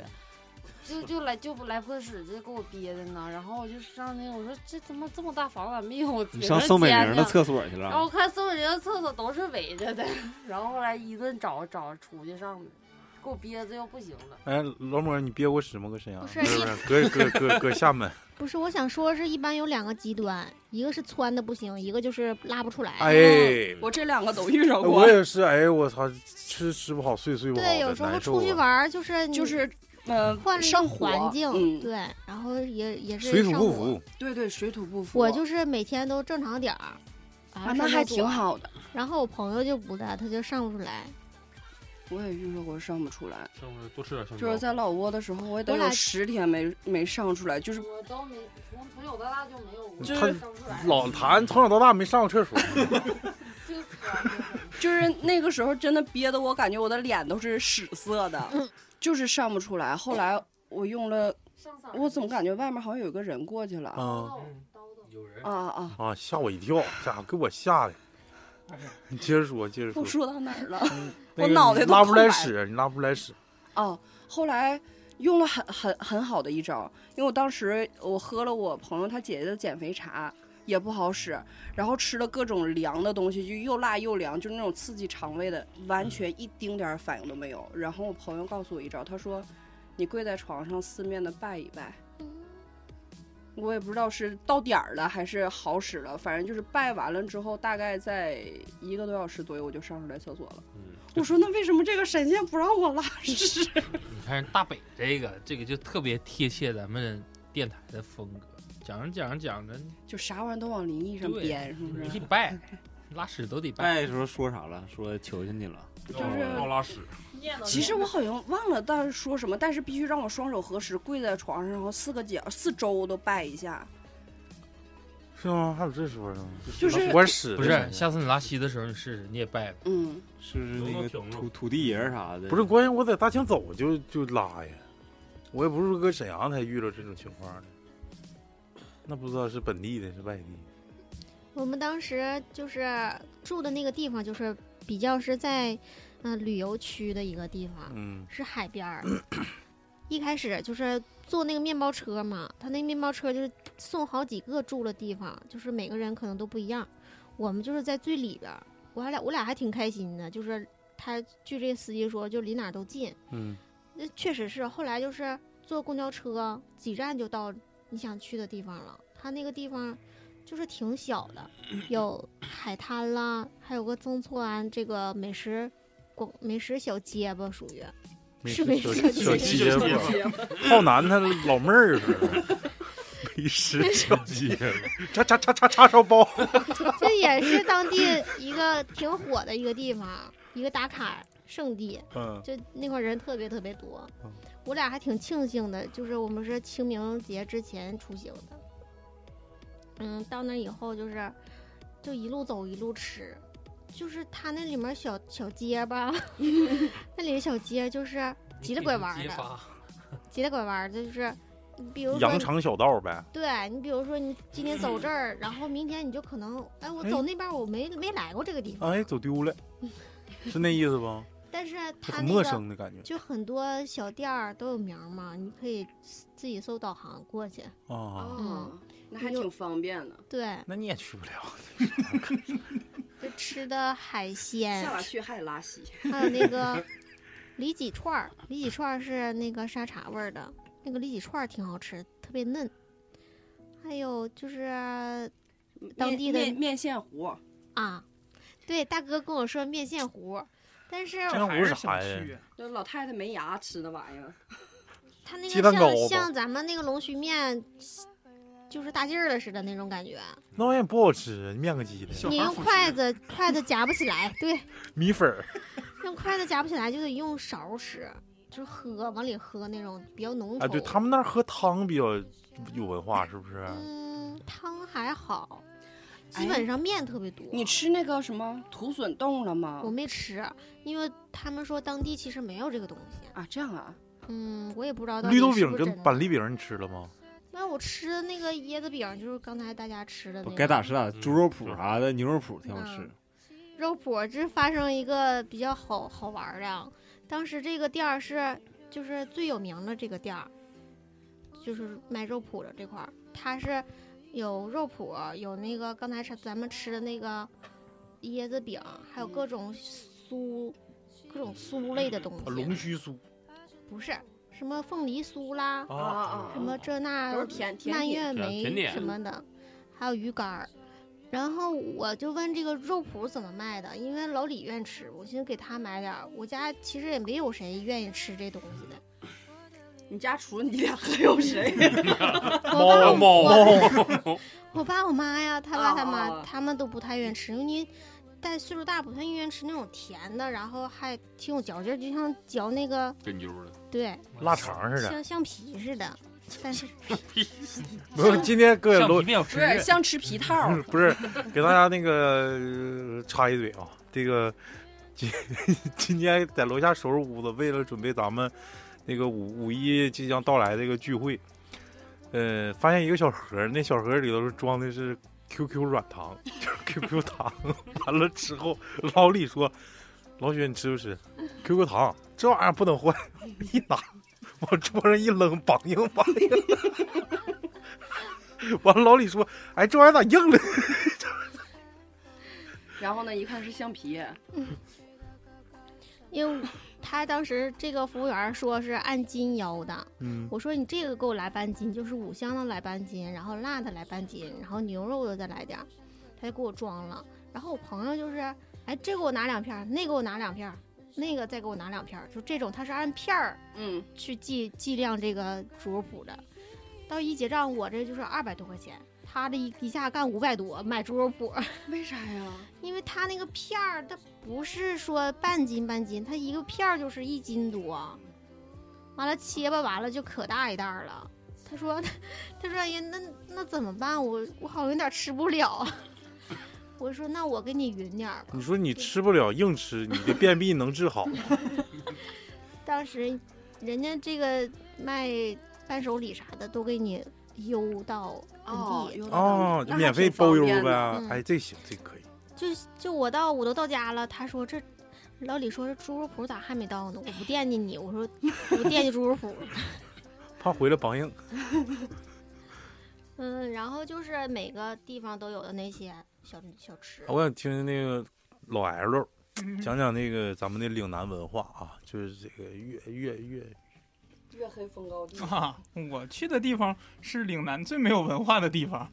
D: 就就来就来破屎，就给我憋的呢。然后我就上那个，我说这他妈这么大房咋没有别
B: 你
D: 人
B: 上宋美
D: 间
B: 龄的
D: 呢
B: 厕所去
D: 然后
B: 了？
D: 我看宋美龄的厕所都是围着的， <laughs> 然后后来一顿找找出去上的，给我憋的要不行了。
A: 哎，老莫，你憋过屎吗？搁沈阳？
C: 不是
A: 是，搁搁搁搁厦门。
C: 不是，我想说是一般有两个极端，一个是窜的不行，一个就是拉不出来。
A: 哎，
F: 我这两个都遇上过
A: 我，也是，哎，我操，吃吃不好，睡睡不好的，
C: 对，有时候
A: 难
C: 出
A: 受
C: 去
A: 啊
C: 玩儿就是你
F: 就是呃
C: 换了一
F: 上
C: 个
F: 火
C: 环境，
F: 嗯，
C: 对，然后也也是
A: 水土
C: 上
A: 不
C: 火
A: 服。
F: 对对，水土不服。
C: 我就是每天都正常点儿，
F: 啊，那还挺。好的。
C: 然后我朋友就不在，他就上不出来。
F: 我也遇到过上不出来，
H: 是不是多吃点香蕉？
E: 哦
F: 就是在老挝的时候，我也得
C: 我俩
F: 有十天没没上出来，就是
D: 我都没从从小到大就没有过，
A: 就是
D: 上不出来
A: 老谭从小到大没上过厕所，
D: 就传的
F: 就是那个时候真的憋得我感觉我的脸都是屎色的，就是上不出来。后来我用了，
D: 上嗓儿
F: 我总感觉外面好像有个人过去了，啊
A: 啊
E: 有人
F: 啊啊！
A: 啊，吓我一跳，家伙给我吓的。你接着说，接着
F: 我
A: 说，
F: 说到哪儿了？
A: 那
F: 我
A: 个
F: 脑袋
A: 你
F: 都
A: 拉不出来
F: 空白
A: 屎，你拉不出来屎，
F: 哦，后来用了很很很好的一招，因为我当时我喝了我朋友他姐姐的减肥茶，也不好使，然后吃了各种凉的东西，就又辣又凉，就是那种刺激肠胃的，完全一丁点儿反应都没有。然后我朋友告诉我一招，他说你跪在床上四面的拜一拜。我也不知道是到点儿了还是好使了，反正就是拜完了之后，大概在一个多小时左右，我就上出来厕所了。
H: 嗯，
F: 我说那为什么这个神仙不让我拉屎？
E: 你看大北这个，这个就特别贴切咱们电台的风格。讲着讲着讲着，
F: 就啥玩意儿都往灵异上
E: 对
F: 编，是不
E: 一
F: 是？
E: 拜，拉屎都得拜。
B: 拜的时候哎说啥了？说求求你了。哦
F: 就是
H: 奥哦拉屎，
F: 其实我好像忘了当时说什么，但是必须让我双手合十跪在床上，然后四个脚四周都拜一下。
A: 是吗？还有这说呢？
F: 就是
A: 管屎
E: 不是，下次你拉稀的时候你试试，你也拜拜。
F: 嗯，
B: 是不是
H: 能不
B: 那
H: 能
B: 个
H: 停住
B: 土土地爷儿啥的？
A: 不是关键，我在大庆走就就拉呀，我也不是说搁沈阳才遇到这种情况的，那不知道是本地的，是外地的。
C: 我们当时就是住的那个地方，就是比较是在嗯、呃旅游区的一个地方，
A: 嗯，
C: 是海边儿。 <coughs> 一开始就是坐那个面包车嘛，他那面包车就是送好几个住的地方，就是每个人可能都不一样。我们就是在最里边儿，我还俩我俩还挺开心的，就是他据这司机说，就离哪儿都近。
A: 嗯，
C: 那确实是，后来就是坐公交车几站就到你想去的地方了。它那个地方就是挺小的，有海滩啦，还有个曾厝垵这个美食广美食小结巴，属于是美食
A: 小
C: 小
A: 结
C: 结
A: 巴，
D: <laughs>
A: 浩南他老妹儿似
C: <laughs>
A: 的，
H: 美食小街，
A: 叉叉叉叉叉烧包。
C: 这也是当地一个挺火的一个地方，一个打卡圣地。
A: 嗯，
C: 就那块儿人特别特别多
A: 嗯，
C: 我俩还挺庆幸的，就是我们是清明节之前出行的，嗯，到那以后就是就一路走一路吃，就是它那里面小小街吧，
A: <laughs>
C: 那里的小街就是急了拐弯儿
E: 你给他揭
C: 的，
E: 发
C: 急了拐弯儿的，就是你比如说
A: 羊肠小道呗。
C: 对你比如说你今天走这儿，然后明天你就可能哎我
A: 哎
C: 走那边儿我没没来过这个地方，
A: 哎，走丢了，是那意思
C: <laughs>
A: 不？
C: 但是它
A: 很
C: 那
A: 陌
C: 个。
A: 生的感觉
C: 就很多小店儿都有名儿嘛，你可以自己搜导航过去。
A: 啊。
F: 哦，那还挺方便的。
C: 对，
A: 那你也去不了，
C: <laughs> 就吃的海鲜
F: 下，把去还得拉稀。
C: 还有那个里脊串儿，里脊串儿是那个沙茶味儿的，那个里脊串儿挺好吃，特别嫩。还有就是当地的
F: 面面面线糊，
C: 啊，对，大哥跟我说面线糊，但是
A: 这样
G: 还
A: 不是
G: 是
A: 啥
G: 想
A: 呀
G: 去
F: 就老太太没牙吃的玩意儿。
C: 它那
A: 鸡
C: 个
A: 蛋糕
C: 像
A: 吧
C: 像咱们那个龙须面，就是大劲儿了似的那种感觉，
A: 那玩意儿不好吃，面个鸡的，
G: 小
C: 你
G: 孩儿
C: 用
G: 服
C: 筷
G: 食
C: 子筷子夹不起来，对。
A: 米粉儿。
C: 用筷子夹不起来，就得用勺吃，就是喝往里喝那种比较浓稠。
A: 啊，对他们那儿喝汤啊比较有文化，是不是？
C: 嗯，汤还好，
F: 哎
C: 基本上面特别多。
F: 你吃那个什么土笋冻了吗
C: 我？没吃，因为他们说当地其实没有这个东西。
F: 啊，这样啊，
C: 嗯，我也不知道到底
A: 绿豆
C: 是
A: 饼
C: 不是
A: 跟
C: 真
A: 板
C: 的。
A: 栗饼你吃了吗？
C: 那我吃的那个椰子饼，就是刚才大家吃的
B: 不
C: 那
B: 该
C: 个
B: 咋吃
A: 嗯
B: 咋，猪肉脯
H: 是
B: 啥的，牛肉脯挺好吃
C: 嗯。肉脯。这发生一个比较好好玩儿的啊，当时这个店儿是就是最有名的这个店儿，就是卖肉脯的这块儿，它是有肉脯，有那个刚才吃咱们吃的那个椰子饼，还有各种酥，各种酥类的东
B: 嗯
A: 啊龙
C: 西，
A: 须酥
C: 不是什么凤梨酥啦，
F: 啊啊
C: 什么这那
F: 都是甜甜
C: 蔓
F: 品。
C: 越莓
H: 甜点
C: 什么的，还有鱼干儿。然后我就问这个肉脯怎么卖的，因为老李愿意吃，我寻思给他买点儿。我家其实也没有谁愿意吃这东西
H: <laughs>
C: 的。
F: 你家除了你俩还有谁？
C: 我爸我
H: 猫猫，
C: 我爸我妈呀，他爸他
F: 哦哦
C: 妈
F: 哦
C: 他们都不太愿意吃，因为但岁数大不太愿意吃那种甜的，然后还挺有嚼劲儿，就像嚼那个
H: 跟揪儿的，
C: 对，
A: 腊肠似的。
C: 像橡皮似的。但是
A: 不是，今天各位
E: 橡
A: 楼
E: 皮面有
F: <laughs> 不
E: 吃
F: 是像吃皮套 <laughs> 儿，
A: 不是给大家那个、呃插一嘴啊，这个今今天在楼下收拾屋子，为了准备咱们那个五五一即将到来这个聚会，呃，发现一个小盒儿，那小盒儿里头装的是 QQ 软糖， <laughs> 就是 QQ 糖。 <laughs> 完了之后，老李说：“老雪，你吃不吃 QQ 糖？这玩意儿不能坏。”一拿往桌上一扔，梆硬梆硬。 <laughs> 完了，老李说：“哎，这玩意儿咋硬了？”
F: 然后呢，一看是橡皮，
C: 因为他当时这个服务员儿说是按斤腰的，
A: 嗯，
C: 我说你这个给我来半斤，就是五香的来半斤，然后辣的来半斤，然后牛肉的再来点儿，他就给我装了。然后我朋友就是，哎，这给我拿两片儿，那给我拿两片儿，那个再给我拿两片儿，就这种他是按片儿
F: 嗯，
C: 去计计量这个主谱的。到一结账，我这就是二百多块钱，他这一一下干五百多，买猪肉脯，
F: 为啥呀？
C: 因为他那个片儿，它不是说半斤半斤，它一个片儿就是一斤多，完了切吧，完了就可大一袋儿了。他说，他说哎呀，那那怎么办？我我好像有点吃不了。 <laughs> 我说那我给你匀点儿吧
A: 你。说你吃不了硬吃，你的便秘能治好？
C: 当时人家这个卖伴手礼啥的都给你邮到本
F: 哦
C: 地，
F: 有道
A: 哦就
F: 理，那还
A: 免费
F: 挺方
A: 包邮
F: 便的
A: 呗
C: 嗯。
A: 哎，这行，这可以。
C: 就就我到我都到家了，他说这老李说这猪肉脯咋还没到呢？我不惦记你，我说我不惦记猪肉脯。
A: 怕回来梆硬。
C: 嗯，然后就是每个地方都有的那些小小吃。
A: 我想听听那个老 L
G: 嗯
A: 讲讲那个咱们的岭南文化啊，就是这个月月月
F: 月黑风高
A: 嗯
F: 地
G: <laughs> 啊，我去的地方是岭南最没有文化的地方，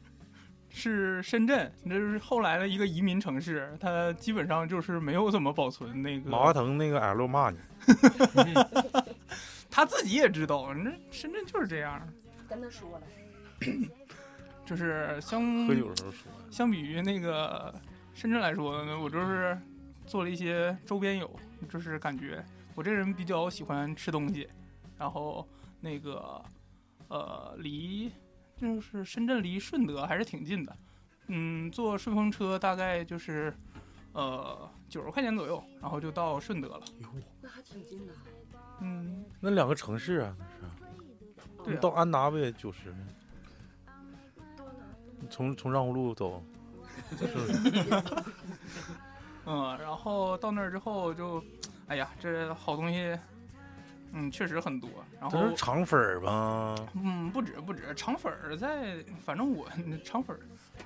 G: 是深圳，这是后来的一个移民城市，它基本上就是没有怎么保存那
A: 马化
G: 个。
A: 腾那个 L 骂你，
G: 他自己也知道，那深圳就是这样，
F: 跟他说了，
G: 就是相
A: 喝酒的时候说。
G: 相比于那个深圳来说呢，我就是做了一些周边游，就是感觉我这人比较喜欢吃东西，然后那个呃离就是深圳离顺德还是挺近的，嗯，坐顺风车大概就是呃九十块钱左右，然后就到顺德了，
F: 那还挺近的。
G: 嗯，
A: 那两个城市啊，
G: 对
A: 你
G: 啊
A: 嗯到安达不也九十？从从让胡路走，
G: 嗯，然后到那儿之后就，哎呀，这好东西，嗯，确实很多，然
A: 这
G: 后
A: 是肠粉儿吧？
G: 嗯，不止不止，肠粉儿在，反正我肠粉儿，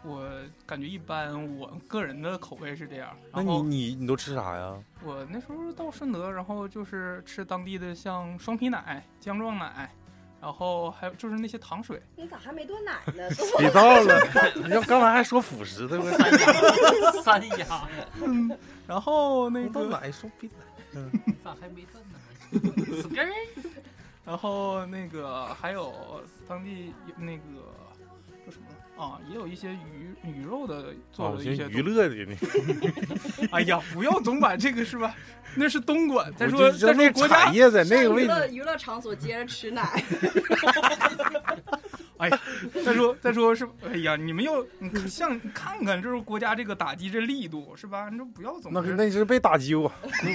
G: 我感觉一般，我个人的口味是这样。
A: 那
G: 然
A: 你
G: 后
A: 你你都吃啥呀？
G: 我那时候到顺德，然后就是吃当地的像双皮奶、姜撞奶，然后还有就是那些糖
A: <laughs>
G: 水。
F: 你咋还没断奶呢？
A: 别到了，要刚才还说辅食，对不对？
E: 三亚，
G: 然后那
A: 到
G: 个，
A: 哪一说别奶？
E: 咋还没断奶？死根儿！
G: 然后那个还有当地有那个叫什么啊，也有一些鱼鱼肉的做
A: 哦，
G: 了一
A: 寻
G: 些
A: 思
G: 东
A: 娱。乐的呢。
G: 哎呀，不要总管这个是吧？ <laughs> 那是东莞，再
A: 我
G: 说
A: 就
G: 再
A: 那
G: 说国家
A: 产业在那个
F: 上娱
A: 位
F: 乐
A: 置，
F: 娱乐场所接着
A: <laughs>
F: 吃奶，
G: <laughs> 再说再说是，哎呀，你们又你看像看看，就是国家这个打击这力度是吧？你就不要总
A: 那
G: 是
A: 那是被打击过。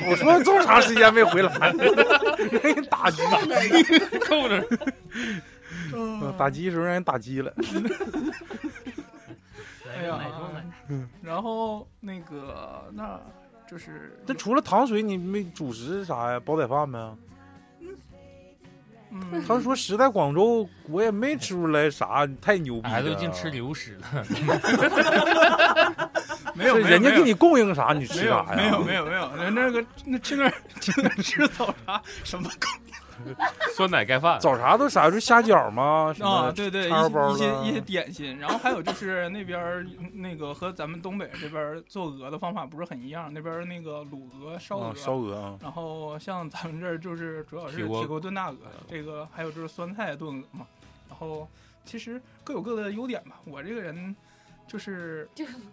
A: 我说这么长时间没回来， <laughs> 让人打击，
H: 扣着
A: 嗯打击的时候让人打击了。
G: 哎呀，然后那个那就是
A: 那除了糖水，你没主食啥呀？煲仔饭呗。
G: 嗯，
A: 他说时代广州，我也没吃出来啥太牛逼
G: 哎
E: 俺
A: 的
E: 都。净吃流食了，
G: 没有
A: 是
G: 没有
A: 人家
G: 没
A: 给
G: 有
A: 你供应啥，你
G: 没
A: 吃
G: 有
A: 啥呀？
G: 没有没有没有，人那个那去那儿 <laughs> 去那儿吃早茶什么
H: 酸奶盖饭，
A: 早啥都啥，就虾饺吗？什
G: 啊？
A: 么
G: 对对，
A: 叉烧包
G: 一些一些一些
A: 了？
G: 点心，然后还有就是那边儿那个和咱们东北这边儿做鹅的方法不是很一样，那边儿那个卤鹅、烧
A: 啊
G: 鹅，
A: 烧鹅啊，
G: 然后像咱们这儿就是主要是
H: 铁
G: 铁
H: 锅
G: 锅炖大鹅，
A: 嗯
G: 这个还有就是酸菜炖鹅嘛。然后其实各有各的优点吧。我这个人就是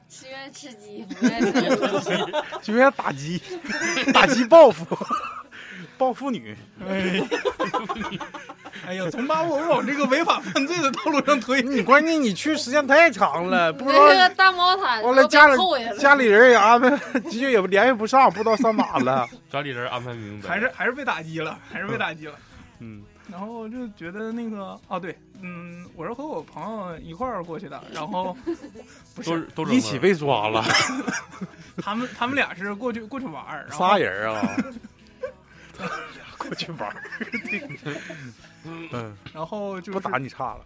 D: 是愿意吃
F: <laughs>
D: 鸡，不愿意吃鹅。
A: 就像打击， <laughs> 打击报复， <laughs> 报复女。
G: 哎，哎呀，总把我往这个违法犯罪的道路上推。
A: 你关键你去时间太长了，不
D: 那
A: 知道
D: 个大毛
A: 完
D: 毯都
A: 了
D: 被
A: 家里
D: 扣下了。
A: 家里人也安排， <laughs> 直接也联系不上，不知道上哪了。
H: 家里人安排明白，
G: 还是还是被打击了，还是被打击了。
A: 嗯，
G: 然后就觉得那个哦对，嗯，我是和我朋友一块儿过去的，然后不
H: 都
G: 是
H: 都
A: 一起被抓了，
G: 他们他们俩是过去过去玩儿，然后
A: 仨人啊， <laughs> 过去玩儿。嗯，
G: 然后就是
A: 不打你岔了。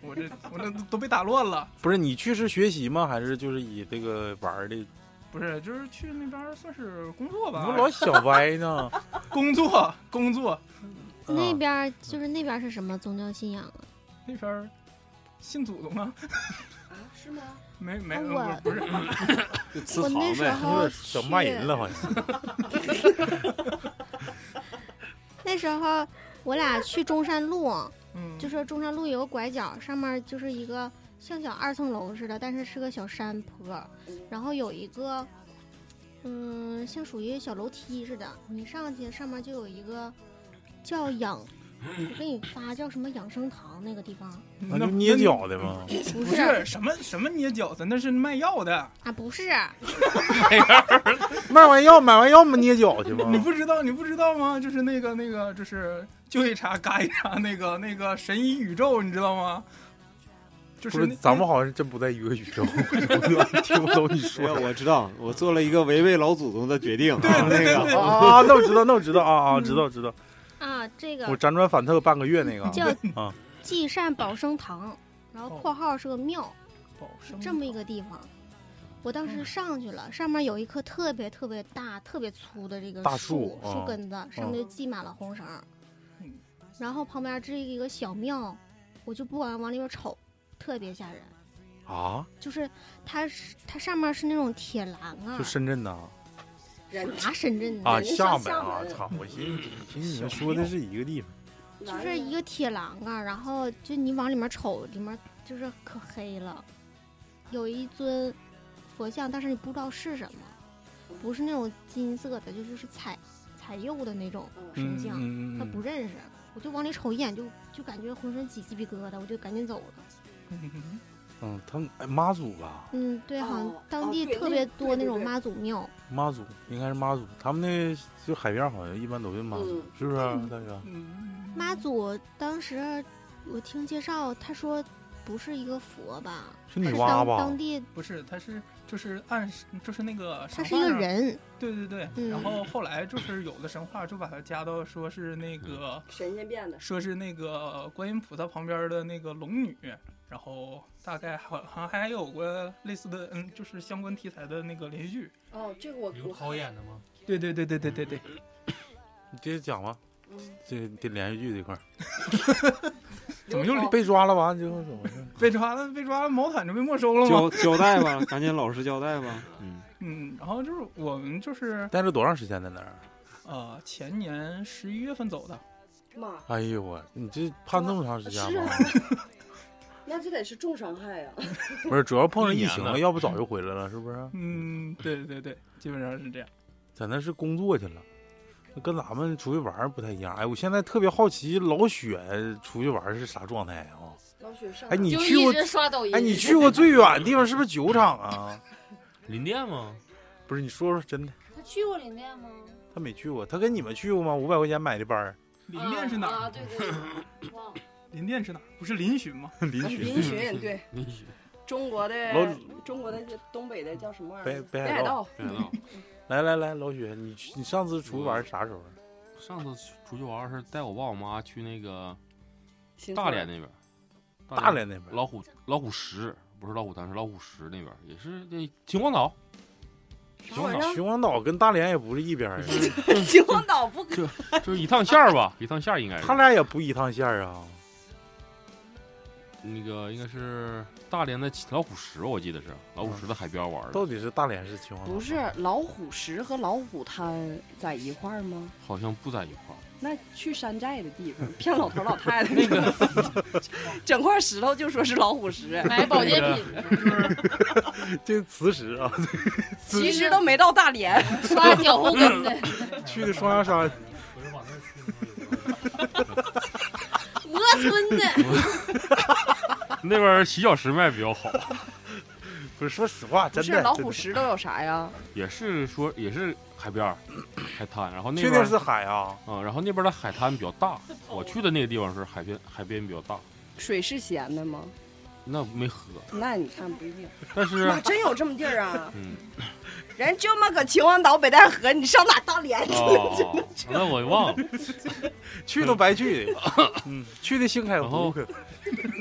G: 我这我这都被打乱了。
A: 不是你去是学习吗？还是就是以这个玩儿的？你
G: 不是，就是去那边儿算是工作吧
A: 怎，么老小歪 <laughs> 呢？
G: 工作工作
A: 嗯
C: 那边儿就是那边儿是什么宗教信仰啊？
G: 那边儿信祖宗啊，
F: 是吗？
G: 没没呃
C: 啊我
G: 不是不
C: <laughs>
B: 就
G: 是，
B: 吃
C: 我
B: 糖
C: 那时
A: 有
B: 呗。<laughs>
C: 候
A: 点整骂人了，好像。
C: 那时候我俩去中山路，
G: 嗯，
C: 就说中山路有个拐角，上面就是一个像小二层楼似的，但是是个小山坡，然后有一个，嗯，像属于小楼梯似的，你上去上面就有一个叫养，我给你发叫什么养生堂那个地方，
A: 那就捏脚的吗？
C: 不
G: 不
C: 是
G: 是什么什么捏饺子，那是卖药的。
C: 啊，不是，
A: 卖完药买完药嘛捏脚去吗
G: 你？不知道你不知道吗？就是那个那个就是就一茬嘎一茬那个那个神医宇宙，你知道吗？就
A: 不
G: 是
A: 是
G: 那，
A: 咱们好像真不在一个宇宙， <laughs> 我听不懂你
B: 哎呀
A: 说的。
B: 我知道，我做了一个违背老祖宗的决
A: <laughs>
B: 定啊，
G: 对对对
B: 那
G: 对
B: 个啊
A: 啊，那我知道，那我知道啊啊，知道知道。
C: 啊，这个
A: 我辗转反侧半个月那个啊，
C: 叫
A: 啊
C: 济善保生堂，然后
G: 哦
C: 括号是个庙，
G: 保
C: 是
G: 生嗯
C: 这么一个地方。我当时上去了，上面有一棵特别特别大、特别粗的这个
A: 大
C: 树
A: 树啊
C: 根子，上面就系满了红绳儿
G: 嗯。
C: 然后旁边这一个小庙，我就不敢往里边瞅，特别吓人。
A: 啊，
C: 就是它是它上面是那种铁栏啊
A: 就，深圳呐
F: 人
C: 啥深圳的，
A: 啊，
F: 人
A: 厦
F: 上
A: 门啊
F: 厦，门
A: 操！我寻思寻思你们说的是一个地方，
C: 就是一个铁栏啊，然后就你往里面瞅，里面就是可黑了，有一尊佛像，但是你不知道是什么，不是那种金色的，就是是彩彩釉的那种神
G: 嗯
C: 像，
G: 嗯
C: 他
G: 嗯
C: 不认识，我就往里瞅一眼就就感觉浑身起鸡皮疙瘩，我就赶紧走
F: 哦
C: 了。
G: 嗯嗯
A: 嗯，他们哎妈祖吧，
C: 嗯，对，好像
F: 哦
C: 当
F: 哦
C: 地
F: 对
C: 特
F: 那
C: 别
F: 个
C: 多
F: 对
C: 那
F: 对
C: 种
F: 对
C: 妈祖庙，
A: 妈祖应该是妈祖，他们那就海边好像一般都是妈祖
F: 嗯，
A: 是不是啊大哥？
G: 嗯
C: 妈祖当时我听介绍，他说不是一个佛吧，
A: 是
C: 是
A: 女娲
C: 当
A: 吧
C: 当？地
G: 不是，他是就是按就是那个
C: 他
G: 神
C: 是一个
G: 话上，啊
C: 人。
G: 对对对。
C: 嗯
G: 然后后来就是有的神话就把它加到说是那个
F: 神仙变的，
G: 说是那个观音菩萨旁边的那个龙女，然后大概好好像还有过类似的，嗯，就是相关题材的那个连续剧。
F: 哦，这个我
E: 刘涛演的吗？
G: 对对对对对对对，
A: 你接着讲吧，
F: 嗯
A: 这这连续剧这块儿
G: 怎么又
A: 被抓了，完了之后怎么回事？
G: 被抓了，被抓了，毛毯就被没收了吗？
B: 交交代吧，赶紧老实交代
A: <laughs>
B: 吧。嗯，
G: 嗯，然后就是我们就是
A: 待了多长时间在那儿？
G: 呃前年十一月份走的，
F: 妈，
A: 哎呦我，你这判那么长时间
F: 是
A: 吗
F: 啊？ <laughs> 那这得是重伤害呀、
A: 不是，主要碰上疫
H: 一
A: 情
H: 年
A: 了，
H: 了
A: 要不早就回来了，是不是？
G: 嗯，对对对，基本上是这样。
A: <laughs> 在那是工作去了，跟咱们出去玩儿不太一样。哎，我现在特别好奇老雪出去玩儿是啥状态啊？
F: 老许上
A: 哎，你
D: 就
A: 去过
D: 一直刷抖音。
A: 哎，你去过最远的地方是不是酒厂啊？
E: 林甸吗？
A: 不是，你说说真的，
D: 他去过林甸吗？
A: 他没去过，他跟你们去过吗？五百块钱买的班儿， <laughs>
G: 林甸是哪
D: 啊？
G: 儿？
D: 啊对对对，忘了。
G: 林甸是哪儿？不是临浔吗？
A: 林
F: 林
A: 雪
F: 浔
A: <laughs>
F: 啊
H: <laughs>
F: 对中国的
A: 老
F: 中国的这东北的叫什么玩意
A: 北
F: 儿？
A: 北海
F: 海
A: 道
F: 道，
H: 别闹
A: 来来来，老雪，你去你上次出去玩儿啥时候？啊
H: 上次出去玩儿是带我爸我妈去那个
F: 新
H: 大
F: 村
H: 连那边儿，
A: 大连那边儿，
H: 老虎老虎石不是老虎滩，是老虎石那边儿，也是那秦皇
A: <laughs>
H: 岛，
F: 啥玩意儿？
A: 秦皇岛跟大连也不是一边儿啊，
F: 啊
A: <laughs>
F: 秦皇岛不可
H: 就是一趟线儿吧，一趟线儿应该是
A: 他俩也不一趟线儿啊。
H: 那个应该是大连的老虎石吧，我记得是老虎石的海边玩儿的，
A: 到底是大连是秦皇岛？
F: 不是，老虎石和老虎滩在一块儿吗？
H: 好像不在一块儿。
F: 那去山寨的地方， <laughs> 骗老头老太太那个， <laughs> 整块石头就说是老虎石，
D: <laughs> 买保健品，
A: 这磁石啊，
F: 其实都没到大连。
D: 刷脚后跟的，
A: 去的双鸭山。
E: 我是往那儿
H: <laughs>
E: 去的。
D: 磨村的。
H: 那边儿洗脚石卖比较好，
A: 不是，说实话，
F: 不
A: 真
F: 是
A: 的
F: 老
A: 真
F: 虎
A: 的
F: 石都有啥呀？
H: 也是说也是海边儿海滩，然后那
A: 确
H: 边
A: 定
H: 儿
A: 是海啊？
H: 嗯，然后那边儿的海滩比较大，我去的那个地方是海边海边比较大，
F: 水是咸的吗？
H: 那没喝，
F: 那你看不一定。
H: 但是？
F: 妈，真有这么地儿啊
H: 嗯
F: 人就么搁秦皇岛北戴河，你上哪大连去？
H: 哦，那我忘了，
A: <laughs> 去都白去， <laughs> 嗯，去的星海
H: 然后
A: <laughs> 湖、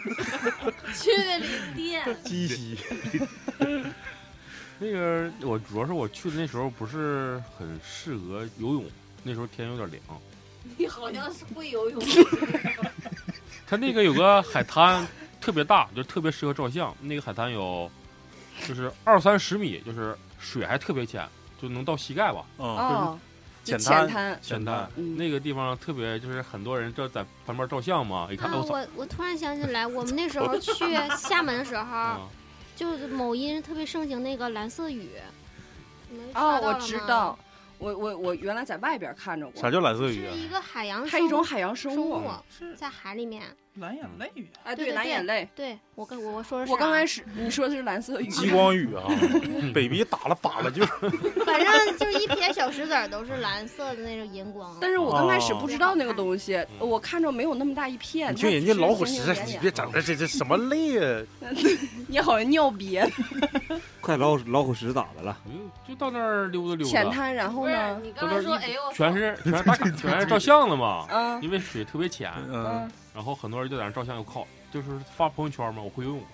D: 去的林甸，
A: 鸡西，
H: 那个我主要是我去的那时候不是很适合游泳，那时候天有点凉。
D: 你好像是会游 <laughs> 泳。
H: 它那个有个海滩特别大，就特别适合照相。那个海滩有就是二三十米，就是水还特别浅，就能到膝盖吧。
A: 嗯，
F: 啊，就
A: 浅
F: 浅
A: 滩
F: 滩，
A: 浅滩，
F: 嗯，
H: 那个地方特别，就是很多人就在旁边照相嘛，一看，哎
C: 啊，
H: 我操，
C: 我我突然想起来，我们那时候去厦门的时候，
H: 啊
C: 就是某音特别盛行那个蓝色雨，你们刷
F: 哦，
C: 到
F: 我
C: 了
F: 知
C: 吗，
F: 道，我我我原来在外边看着
A: 啥
F: 过，
A: 叫蓝色
C: 是
A: 雨 <laughs> 啊？
C: 一个海洋
F: 它
C: 生
F: 一种
C: 物，
F: 海洋生
C: 生
F: 物，
C: 物
G: 是
C: 在海里面。
G: 蓝眼泪呀，
F: 哎，
C: 对对
F: 蓝
C: 对
F: 眼泪。
C: 对我跟我我说的是
F: 我刚
C: 啊
F: 开始你说的是蓝色雨，
A: 激光雨 <laughs> 啊，北鼻打了粑粑 <laughs> 就是
C: 反正就是一撇小石子儿都是蓝色的那种荧光。
F: 但是我刚开始
A: 哦
F: 不知道那个东西，我看着没有那么大一片。
A: 你听人家老虎
F: 实
A: 实在，你别整这这这什么泪啊？
F: 你好像尿憋
B: 快老虎老虎屎咋的了？
H: 我嗯就就到那儿溜达溜
F: 浅
H: 达，
F: 滩，然后
D: 不是
F: 呢，
D: 你刚才说，哎呦，
H: 全是全是大卡全是照相的嘛，
F: <laughs> 嗯
H: 因为水特别浅，
A: 嗯
F: 嗯，
H: 然后很多人就在那儿照相，我靠，就是发朋友圈嘛，我会游泳了。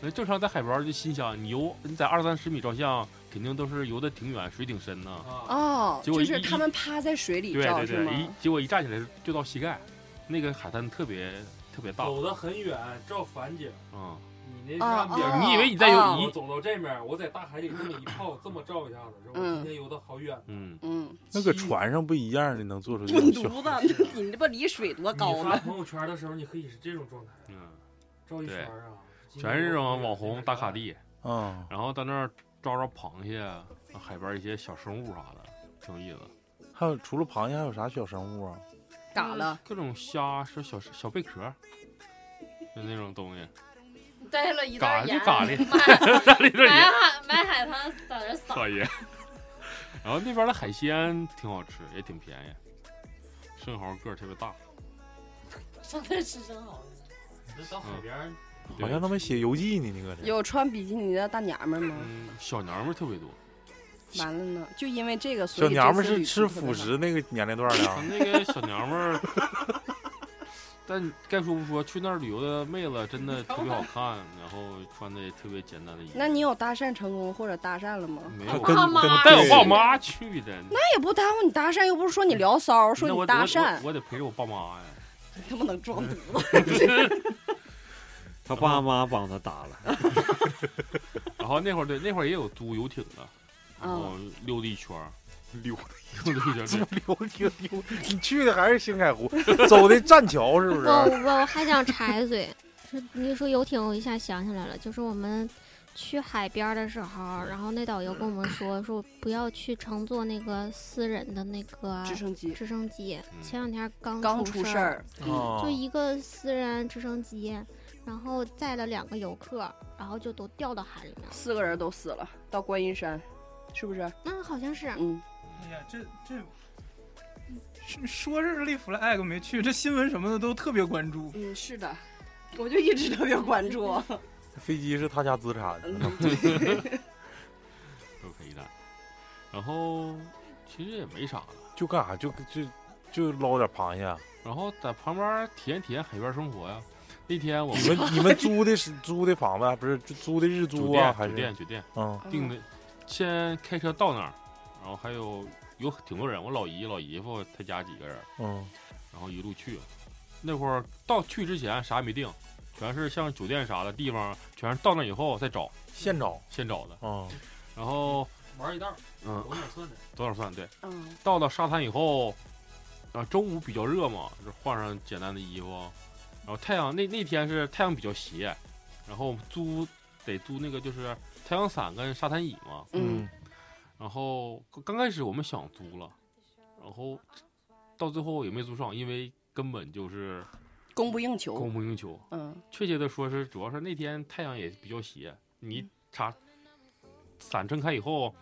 H: 那正常在海边儿就心想，你游你在二三十米照相，肯定都是游的挺远，水挺深呐。
I: 啊
F: 哦，
H: 结果
F: 就
H: 一
F: 是他们趴在水里
H: 对
F: 照
H: 对
F: 是
H: 对，一
F: 吗？
H: 结果一站起来就到膝盖，那个海滩特别特别大，
E: 哦
I: 走得很远，照反景。
H: 嗯，
I: 你那
F: 啊
I: 岸边
F: 啊
I: 儿，
H: 你以为你在
F: 啊
H: 游
I: 我
H: 你
I: 走到这面儿，我在大海里这么一泡，这么照一下子，说我
F: 嗯
I: 今天游的好远。
H: 嗯，
F: 嗯，
A: 那搁船上不一样的，能做出这
F: 滚
A: 种效
F: 犊
A: 果。
F: 子，你这不离水多
I: 你
F: 高
I: 发
F: 呢？
I: 朋友圈的时候，你可以是这种状态，
H: 嗯，
I: 照一
H: 对
I: 圈儿啊，今天
H: 全是
I: 游
H: 这种
I: 得
H: 网
I: 好
H: 红
I: 远
H: 打卡。地，
A: 嗯，
H: 然后到那儿抓抓螃蟹，啊海边一些小生物啥的，挺有意思。
A: 还有除了螃蟹还有啥小生物啊？
F: 咋了？
H: 各种虾是小小贝壳，就那种东西，
D: 带了一
H: 嘎
D: 袋
H: 哩
D: 盐，
H: 嘎 <laughs> 哩
D: 买
H: 大力
D: 买海买海滩在那
H: <laughs>
D: 撒，
H: 大爷。然后那边的海鲜挺好吃，也挺便宜，生蚝个儿特别大，
D: 上那吃生蚝去。
I: 那到
E: 嗯
I: 海边儿，
A: 好像他们写游记呢，你搁这。
F: 有穿比基尼的大娘们儿吗？
H: 嗯小娘们儿特别多。
F: 完了呢，就因为这个，所以
A: 小娘们
F: 这次
A: 是
F: 旅
A: 吃
F: 途特
A: 辅
F: 别好。
A: 食那个年龄段的
H: 啊
A: <laughs> 啊，
H: 那个小娘们儿，但该说不说，去那儿旅游的妹子真的特别好看，然后穿的也特别简单的衣服。
F: 那你有搭讪成功或者搭讪了吗？
H: 没
A: 啊
H: 有
A: 跟
D: 爸
A: 跟
D: 妈
H: 带
D: 带
H: 我
D: 我
H: 爸
D: 爸
H: 妈去的，
F: 那也不耽误你搭讪，又不是说你聊骚，说
H: 那我
F: 你
H: 得
F: 搭
H: 我
F: 讪
H: 我，我得陪着我
F: <laughs>
H: 爸妈呀。
F: 你他妈能装犊子？
B: 他爸妈帮他搭了，
H: 然后那会儿对，那会儿也有租游艇的，
F: 嗯
H: 然后溜达一圈儿，溜达 <laughs> 溜达一圈儿，
A: 溜溜溜，你去的还是星海湖，走的栈桥是不是？
C: 我我我还想插一嘴，是你说游艇，我一下想起来了，就是我们去海边儿的时候，然后那导游跟我们说，说不要去乘坐那个私人的那个
F: 直升机
C: 直升机。
H: 嗯
C: 前两天刚
F: 刚
C: 出
F: 出事
C: 儿，
F: 儿，
E: 哦
A: 啊
C: 就一个私人直升机，然后载了两个游客，然后就都掉到海里面了。
F: 四个人都死了，到观音山，是不是？
C: 那好像是
F: 嗯，
G: 哎呀，这这。是说是立 flag 没去，这新闻什么的都特别关注。
F: 嗯，是的， <laughs> 我就一直特别关 <laughs> 注。
A: 飞机是他家资产，
H: 都可以的。然后其实也没啥了，
A: 就干啥就就就捞点螃
E: <laughs>
A: 蟹。啊
H: 然后在旁边儿体验体验海边生活呀。那天我
A: 你
H: 们
A: 们你们租的是租的房子，啊不是就租的日
H: 酒
A: 租啊？
H: 店
A: 还
H: 酒
A: 是
H: 店酒店
A: 嗯
H: 定的，先开车到那儿，然后还有有挺多人，我老姨老姨夫他家几个人，
A: 嗯
H: 然后一路去。那会儿到去之前啥也没定，全是像酒店啥的地方，全是到那以后再找
A: 现找
H: 现找的。
A: 啊
H: 然后
I: 玩一道儿，
H: 嗯，
I: 走哪儿算哪儿。
H: 多少算对。
F: 嗯，
H: 到了沙滩以后，啊，中午比较热嘛，就换上简单的衣服。然后太阳那那天是太阳比较斜，然后租得租那个就是太阳伞跟沙滩椅嘛。
F: 嗯，
H: 然后刚刚开始我们想租了，然后到最后也没租上，因为根本就是
F: 供不应求
H: 供。不应求。
F: 嗯，
H: 确切的说是，主要是那天太阳也比较斜，
F: 嗯
H: 你查伞撑开以后，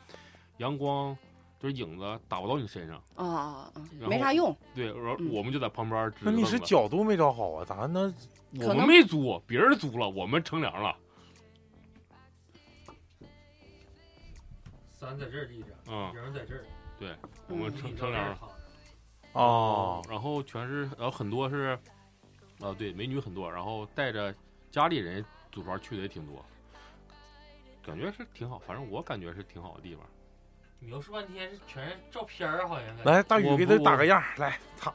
H: 阳光就是影子打不到你身上。
F: 啊，嗯
H: 然后
F: 没啥用，
H: 对，然后
F: 嗯
H: 我们就在旁边支着
A: 那
H: 凳子。
A: 你是角度没找好啊？咋能
H: 我
F: 可能
H: 们没租，别人租了，我们乘凉了。
I: 伞在这儿立着，
H: 嗯，
I: 人在这儿，
H: 我
F: 嗯
H: 们乘
I: 你
H: 乘
I: 到这
H: 凉
I: 儿
H: 了。
I: 躺着。
E: 哦
A: 啊？
H: 嗯然后全是，然后很多是，啊，对，美女很多，然后带着家里人组团去的也挺多，感觉是挺好，反正我感觉是挺好的地方。
I: 描述半天是全是照片儿，好像在。
A: 来，大宇
H: 我
A: 给他
H: 不
A: 打个样儿，来，操！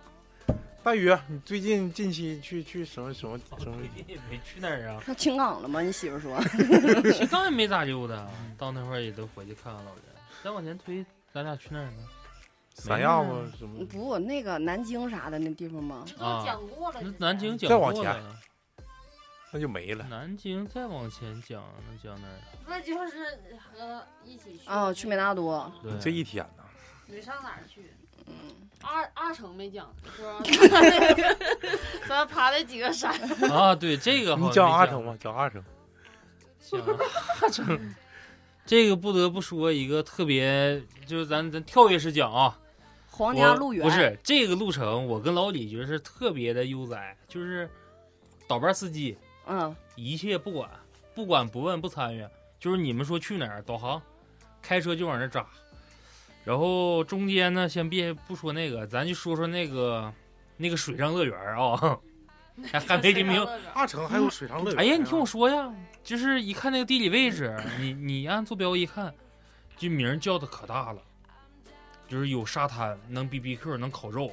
A: 大宇，啊你最近近期去去什么什么
E: 哦
I: 我
A: 什么
I: 最？近也没去那儿
E: <laughs>
I: 啊，
F: 上青港了吗？你媳妇说， <laughs>
E: 去刚
I: 嗯
E: 也没咋溜达，到那会儿也都回去看看老人。再往前推，咱俩去那儿呢？
A: 三亚吗？啊什么？
F: 不，那个南京啥的那地方吗？
D: 这不都讲过了
E: 那？南京讲
A: 再往
E: 过
A: 前
E: 了
A: 那就没了。
E: 南京再往前讲，能讲哪儿？
D: 不是就是和一起去
F: 哦，去美纳多，
E: 对，
A: 这一天呢，
D: 没上哪儿去。
F: 嗯，
D: 阿阿城没讲，是 <laughs> 吧？咱咱爬那几个山，
E: 啊，对这个好
A: 你
E: 像
A: 讲
E: 没
A: 阿城吧，讲阿城。
E: 讲阿城， <laughs> 这个不得不说一个特别，就是咱咱跳跃式讲啊，
F: 黄
E: 我
F: 家路远
E: 不是这个路程，我跟老李觉得是特别的悠哉，就是倒班司机
F: 嗯，
E: 一切不管，不管不问不参与，就是你们说去哪儿，导航，开车就往那儿扎。然后中间呢，先别不说那个，咱就说说那个那个水上乐园啊， <laughs> 还还没没有
A: 阿城还有水上乐园啊
E: 哎呀，你听我说呀，就是一看那个地理位置，你你按坐标一看，这名儿叫的可大了，就是有沙滩，能 B B Q，能烤肉，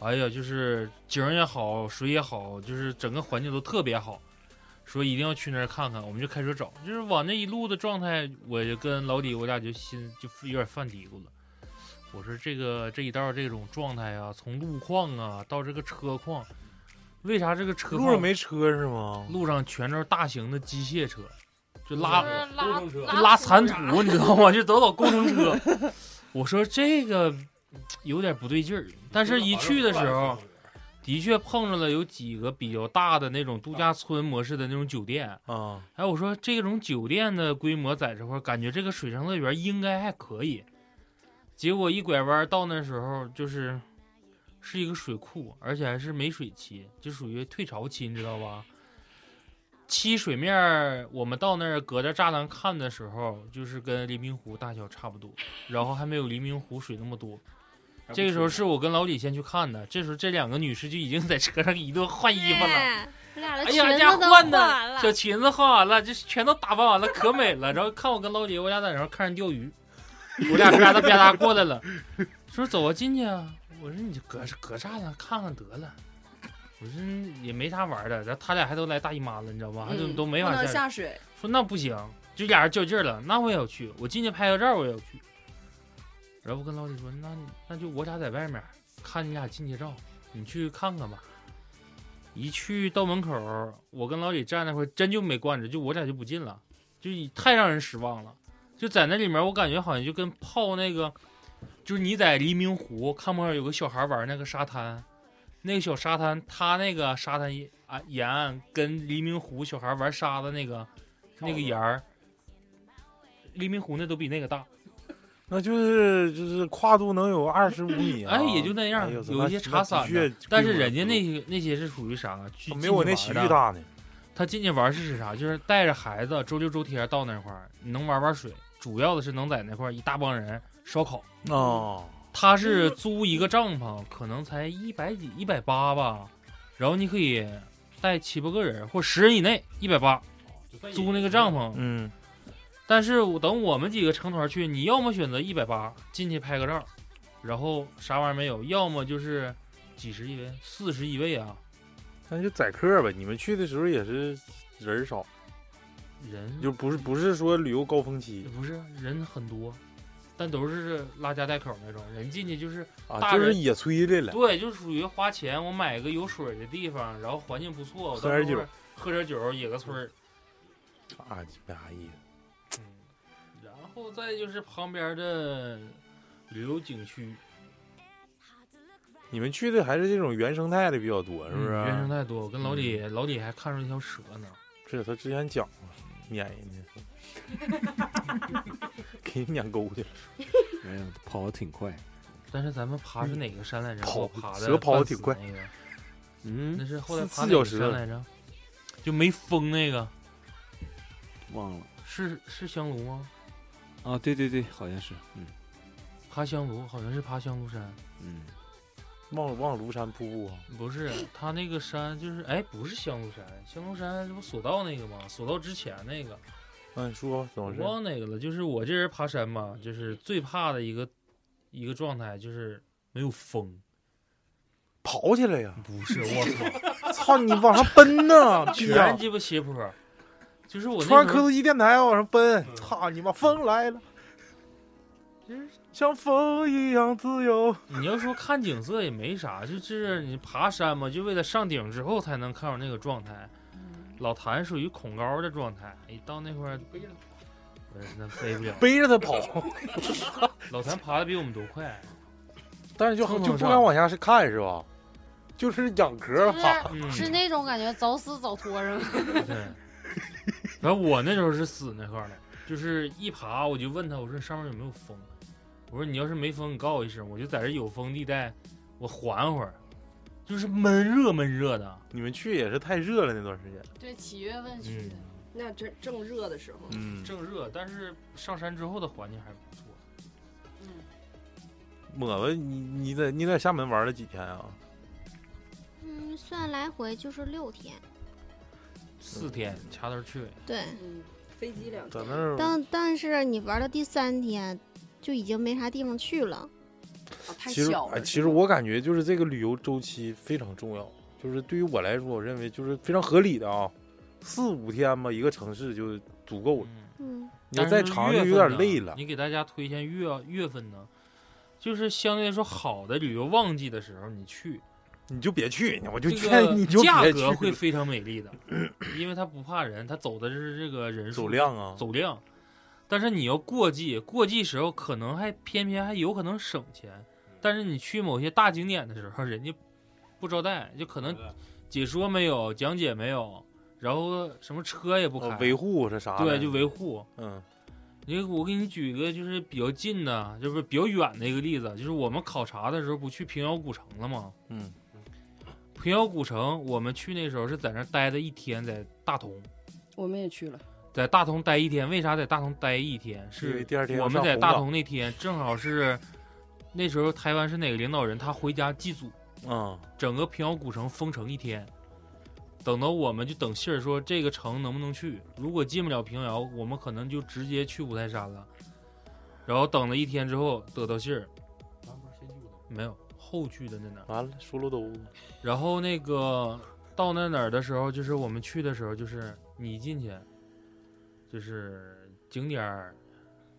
E: 哎呀，就是景儿也好，水也好，就是整个环境都特别好，说一定要去那儿看看，我们就开车找，就是往那一路的状态，我就跟老李我俩就心就有点犯嘀咕了。我说这个这一道这种状态啊，从路况啊到这个车况，为啥这个车
A: 路
E: 况
A: 上没车是吗？
E: 路上全都是大型的机械车，就
D: 就
E: 拉
D: 是
I: 拉
D: 拉
I: 公车
E: 就拉
D: 土啊
E: 残
D: 啥
E: 土，你知道吗？就 <laughs> 走走工程车。我说这个有点不对劲儿，但是一去的时候，的确碰上了有几个比较大的那种度假村模式的那种酒店。
A: 啊，
E: 哎，我说这种酒店的规模在这块儿，感觉这个水上乐园应该还可以。结果一拐弯到那时候，就是是一个水库，而且还是没水期，就属于退潮期，你知道吧？漆水面儿，我们到那儿隔着栅栏看的时候，就是跟黎明湖大小差不多，然后还没有黎明湖水那么多。这个时候是我跟老李先去看的，这时候这两个女士就已经在车上一顿换衣服了。
C: 哎我俩的
E: 哎
C: 裙
E: 呀，
C: 子
E: 人家
C: 都
E: 换
C: 完
E: 的
C: 了
E: 小，裙子换完了，这全都打扮完了，可美了。然后看我跟老李，我俩在那儿看人钓鱼，我俩吧嗒吧嗒过来了，说走啊进去啊。我说你就搁搁栅栏看看得了。我说也没啥玩儿的，然后他俩还都来大姨妈了，你知道吗？还都
F: 嗯
E: 都没
F: 不
E: 法
F: 能
E: 去
F: 下水，
E: 说那不行，就俩人较劲儿了，那我也要去，我进去拍个照我也要去。然后我跟老李说，那你那就我俩在外面看你俩进去照，你去看看吧。一去到门口，我跟老李站那会儿真就没惯着，就我俩就不进了，就以太让人失望了。就在那里面，我感觉好像就跟泡那个，就是你在黎明湖看不上有个小孩玩那个沙滩，那个小沙滩，他那个沙滩沿啊沿岸跟黎明湖小孩玩沙的那个那个沿儿，黎明湖那都比那个大，
A: 那就是就是跨度能有二十五米啊，
E: 哎，也就那样，
A: 哎呦
E: 有一些茶伞的，，但是人家那些那些是属于啥？去
A: 啊没有我那洗
E: 洗
A: 浴。大呢。
E: 他进去玩是指啥？就是带着孩子周六周天到那块儿，你能玩玩水，主要的是能在那块儿一大帮人烧烤。
A: 哦，
E: 他是租一个帐篷，可能才一百几、一百八吧，然后你可以带七八个人或十人以内，一百八租那个帐篷，
A: 嗯，
E: 但是我等我们几个成团去，你要么选择一百八进去拍个照，然后啥玩意儿没有；要么就是几十一位、四十一位啊，
A: 那就宰客呗。你们去的时候也是人少，
E: 人
A: 就不是不是说旅游高峰期
E: 不是人很多，但都是拉家带口那种。人进去就是
A: 啊，
E: 大
A: 就
E: 人
A: 是野炊的了。
E: 对，就是属于花钱我买个有水的地方，然后环境不错，我
A: 喝
E: 到
A: 点
E: 时候
A: 酒
E: 喝点酒，野个村儿。
A: 啊，没啥意思。
E: 嗯，然后再就是旁边的旅游景区，
A: 你们去的还是这种原生态的比较啊多，是不是？嗯
E: 嗯原生态多。我跟老李，老李还看上一条蛇呢。
A: 这他之前讲过，撵人家， <laughs> 给人撵沟去了。
B: 哎呀，跑的挺快。
E: 但是咱们爬是哪个山来着？
A: 跑
E: 爬的
A: 蛇跑得挺快
E: 半死那个
B: 嗯
E: 那，是后来
A: 四
E: 爬
A: 四
E: 哪
A: 小
E: 个
A: 时
E: 山来着？就没风那个，
B: 忘了
E: 是是香炉吗？
B: 啊，对对对，好像是，嗯
E: 爬香炉好像是爬香炉山，
B: 嗯，
A: 望望庐山瀑布啊，
E: 不是他那个山就是哎，不是香炉山，香炉山这不索道那个吗？索道之前那个，
A: 嗯，你说吧，怎
E: 我
A: 么回事？
E: 忘那个了。就是我这人爬山吧，就是最怕的一个一个状态就是没有风。
A: 跑起来呀！
E: 不是， <laughs> 我
A: <laughs> 操你往上奔呐，
E: 操，
A: 逼
E: 全
A: 呀！
E: 鸡巴斜坡，就是我那
A: 穿
E: 时
A: 科
E: 候
A: 嗯斯基电台往上奔，操你妈，风来了！
E: 就是
A: 像风一样自由。
E: 你要说看景色也没啥，就是你爬山嘛，就为了上顶之后才能看到那个状态。
D: 嗯
E: 老谭属于恐高的状态，一到那块儿，不是那飞不了。
A: 背着他跑，
E: 老谭爬的比我们都快，
A: 但是就
E: 蹭蹭
A: 就不
E: 上
A: 敢往下是看是吧？就是仰壳
D: 就是
A: 爬，
E: 嗯，
D: 是那种感觉走死走脱是吗？ <laughs>
E: 对。反正我那时候是死那块儿的，就是一爬我就问他，我说上面有没有风？我说你要是没风，你告我一声，我就在这有风地带，我缓会儿。就是闷热闷热的，
A: 你们去也是太热了那段时间。
D: 对，七月份去的，
F: 那正正热的时候，
A: 嗯，
E: 正热，但是上山之后的环境还不错。
D: 嗯
A: 抹子，你你在你在厦门玩了几天啊？
C: 嗯，算来回就是六天。
E: 四天掐头去尾，
C: 对，
F: 嗯，飞机两
A: 在
F: 天
A: 那儿
C: 但但是你玩到第三天，就已经没啥地方去了。
F: 啊太
A: 其实
F: 小了
A: 哎，
F: 是
A: 其实
F: 吗
A: 我感觉就是这个旅游周期非常重要，就是对于我来说，我认为就是非常合理的啊，四五天吧，一个城市就足够了。
E: 嗯，
C: 嗯，
A: 你要再长就有点累了。
E: 你给大家推荐月月份呢，就是相对来说好的旅游旺季的时候你去，
A: 你就别去，我就
E: 这
A: 劝
E: 个
A: 你就
E: 价
A: 别
E: 格会
A: 去。
E: 非常美丽的，因为它不怕人，它走的是这个人数
A: 走量啊，
E: 走量。但是你要过季，过季时候可能还偏偏还有可能省钱，
A: 嗯
E: 但是你去某些大景点的时候，人家不招待，就可能解说没有，讲解没有，然后什么车也不开，
A: 呃维护是啥的？
E: 对，就维护。
A: 嗯
E: 你我给你举一个就是比较近的，就是比较远的一个例子，就是我们考察的时候不去平遥古城了吗？
A: 嗯，
E: 平遥古城我们去那时候是在那儿待的一天，在大同，
F: 我们也去了，
E: 在大同待一天。为啥在大同待一天？
A: 因为
E: 是
A: 第二天要
E: 我们
A: 上
E: 在
A: 红
E: 大
A: 岗
E: 同那天正好是那时候台湾是哪个领导人他回家祭祖，
A: 嗯，
E: 整个平遥古城封城一天。等到我们就等信儿说这个城能不能去，如果进不了平遥，我们可能就直接去五台山了。然后等了一天之后得到信儿，
I: 南门先去的，
E: 没有后去的那哪儿。
A: 完了说漏兜子。
E: 然后那个到那哪儿的时候，就是我们去的时候，就是你进去，就是景点儿，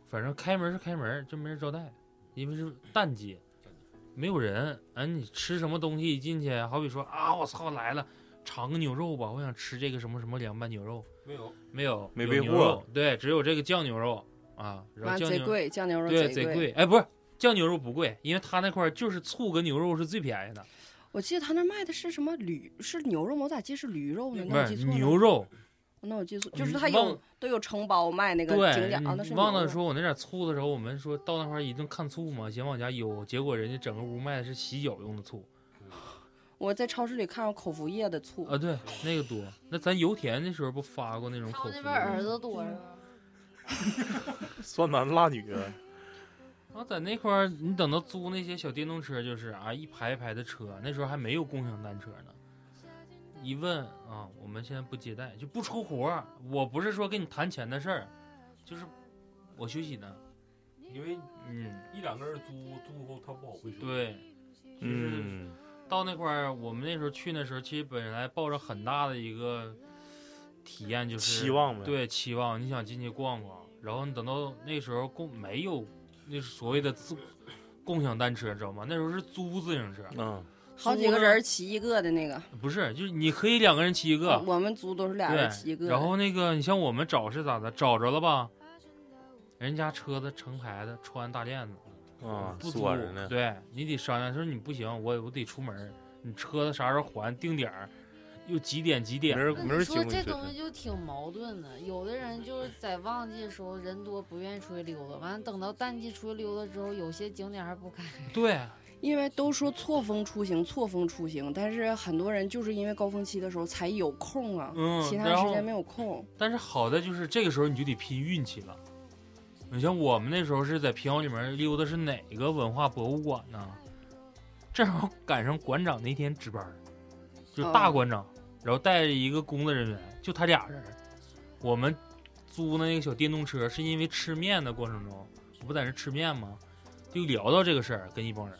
E: 反正开门是开门，就没人招待，因为是淡季，没有人。哎，你吃什么东西一进去，好比说啊，我操来了，尝个牛肉吧，我想吃这个什么什么凉拌牛肉，
I: 没有，
E: 没有，
A: 没
E: 有
A: 备
E: 牛
A: 货
E: 肉，对，只有这个酱牛肉啊，然后
F: 完
E: 酱
F: 贼
E: 牛
F: 贵，酱牛肉
E: 对
F: 贼
E: 贼。贵，哎，不是酱牛肉不贵，因为他那块儿就是醋跟牛肉是最便宜的。
F: 我记得他那卖的是什么驴，是牛肉吗？我咋记得是驴肉呢？
E: 不
F: 那我
E: 是
F: 记错了。
E: 牛，肉，
F: 那我记错，就是
E: 哦你
F: 他
E: 忘
F: 有都有承包卖那个
E: 对，
F: 景点啊，
E: 你
F: 那是
E: 忘
F: 牛
E: 了
F: 肉。
E: 说，我那点醋的时候，我们说到那块儿一顿看醋嘛，想往家邮，结果人家整个屋卖的是洗脚用的醋
F: 我在超市里看到口服液的醋，
E: 啊，对，那个多。那咱油田那时候不发过那种
D: 他
E: 口
D: 们那
E: 服
D: 边
E: 吗
D: 儿子多是吧？
A: 酸男辣女，
E: 然后在那块儿，你等到租那些小电动车，就是啊，一排一排的车，那时候还没有共享单车呢。一问啊，我们现在不接待，就不出活儿。我不是说跟你谈钱的事儿，就是我休息呢。
I: 因为
E: 嗯，
I: 一两个人租租后他不好回收。
E: 对，
A: 嗯，
E: 到那块儿，我们那时候去那时候，其实本来抱着很大的一个体验，就是
A: 期望呗。，
E: 对期望，你想进去逛逛，然后你等到那时候共没有那是所谓的自共享单车，知道吗？那时候是租自行车，
A: 嗯，
F: 好几个人儿骑一个的那个，
E: 不是，就是你可以两个人骑一个，
F: 我们族都是俩人骑一个
E: 对，
F: 的。
E: 然后那个你像我们找是咋的，找着了吧？人家车子成排的，穿大链子，
A: 啊，
E: 嗯不租
A: 锁着呢。
E: 对你得商量，说你不行，我我得出门儿，你车子啥时候还，定点儿，又几点几
A: 没
E: 点。
A: 人没
D: 那
A: 人
D: 你
A: 经过
D: 说
A: 你
D: 这
A: 嘴唇
D: 东西就挺矛盾的，有的人就是在旺季的时候人多不愿意出去溜达，完了等到淡季出去溜达之后，有些景点还不开。
E: 对，啊
F: 因为都说错峰出行，错峰出行，但是很多人就是因为高峰期的时候才有空啊，
E: 嗯
F: 其他
E: 然
F: 时
E: 后
F: 间没有空。
E: 但是好在就是这个时候你就得拼运气了。你像我们那时候是在平遥里面溜达，是哪个文化博物馆呢？正好赶上馆长那天值班儿，就是大
F: 哦
E: 馆长，然后带着一个工作人员，就他俩人儿。我们租那个小电动车是因为吃面的过程中，我不在那吃面吗？就聊到这个事儿，跟一帮人。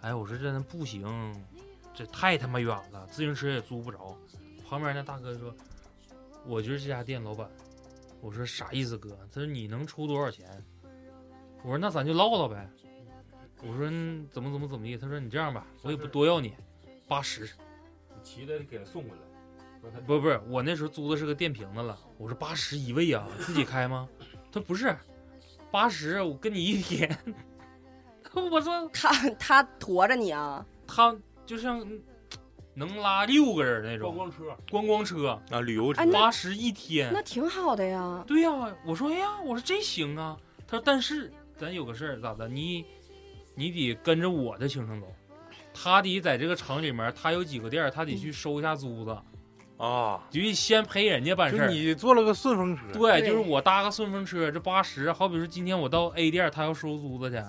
E: 哎，我说真的不行，这太他妈远了，自行车也租不着。旁边那大哥说：“我就是这家店老板。”我说啥意思，哥？他说你能出多少钱？我说那咱就唠唠呗。我说嗯怎么怎么怎么地，他说你这样吧，我也不多要你，八十。
I: 你骑的给他送回来，让他
E: 不是不是，我那时候租的是个电瓶子了。我说八十一位啊，自己开吗？他说不是，八十我跟你一天。 <laughs> 我说
F: 他他驮着你啊，
E: 他就像能拉六个人
I: 观
E: 那种
I: 光车，
E: 观光车，
A: 啊，旅游车
F: 哎那
E: 八十一天。
F: 那挺好的呀。
E: 对呀、我说哎呀，我说这行啊。他说但是咱有个事儿咋的？你你得跟着我的行程走，他得在这个厂里面，他有几个店儿，他得
A: 嗯
E: 去收一下租子，
A: 啊，
E: 就得先陪人家办
A: 就
E: 事
A: 是
E: 儿。
A: 你坐了个顺风车，
E: 对，
F: 对
E: 就是我搭个顺风车，这八十，好比说今天我到 A 店，他要收租子去，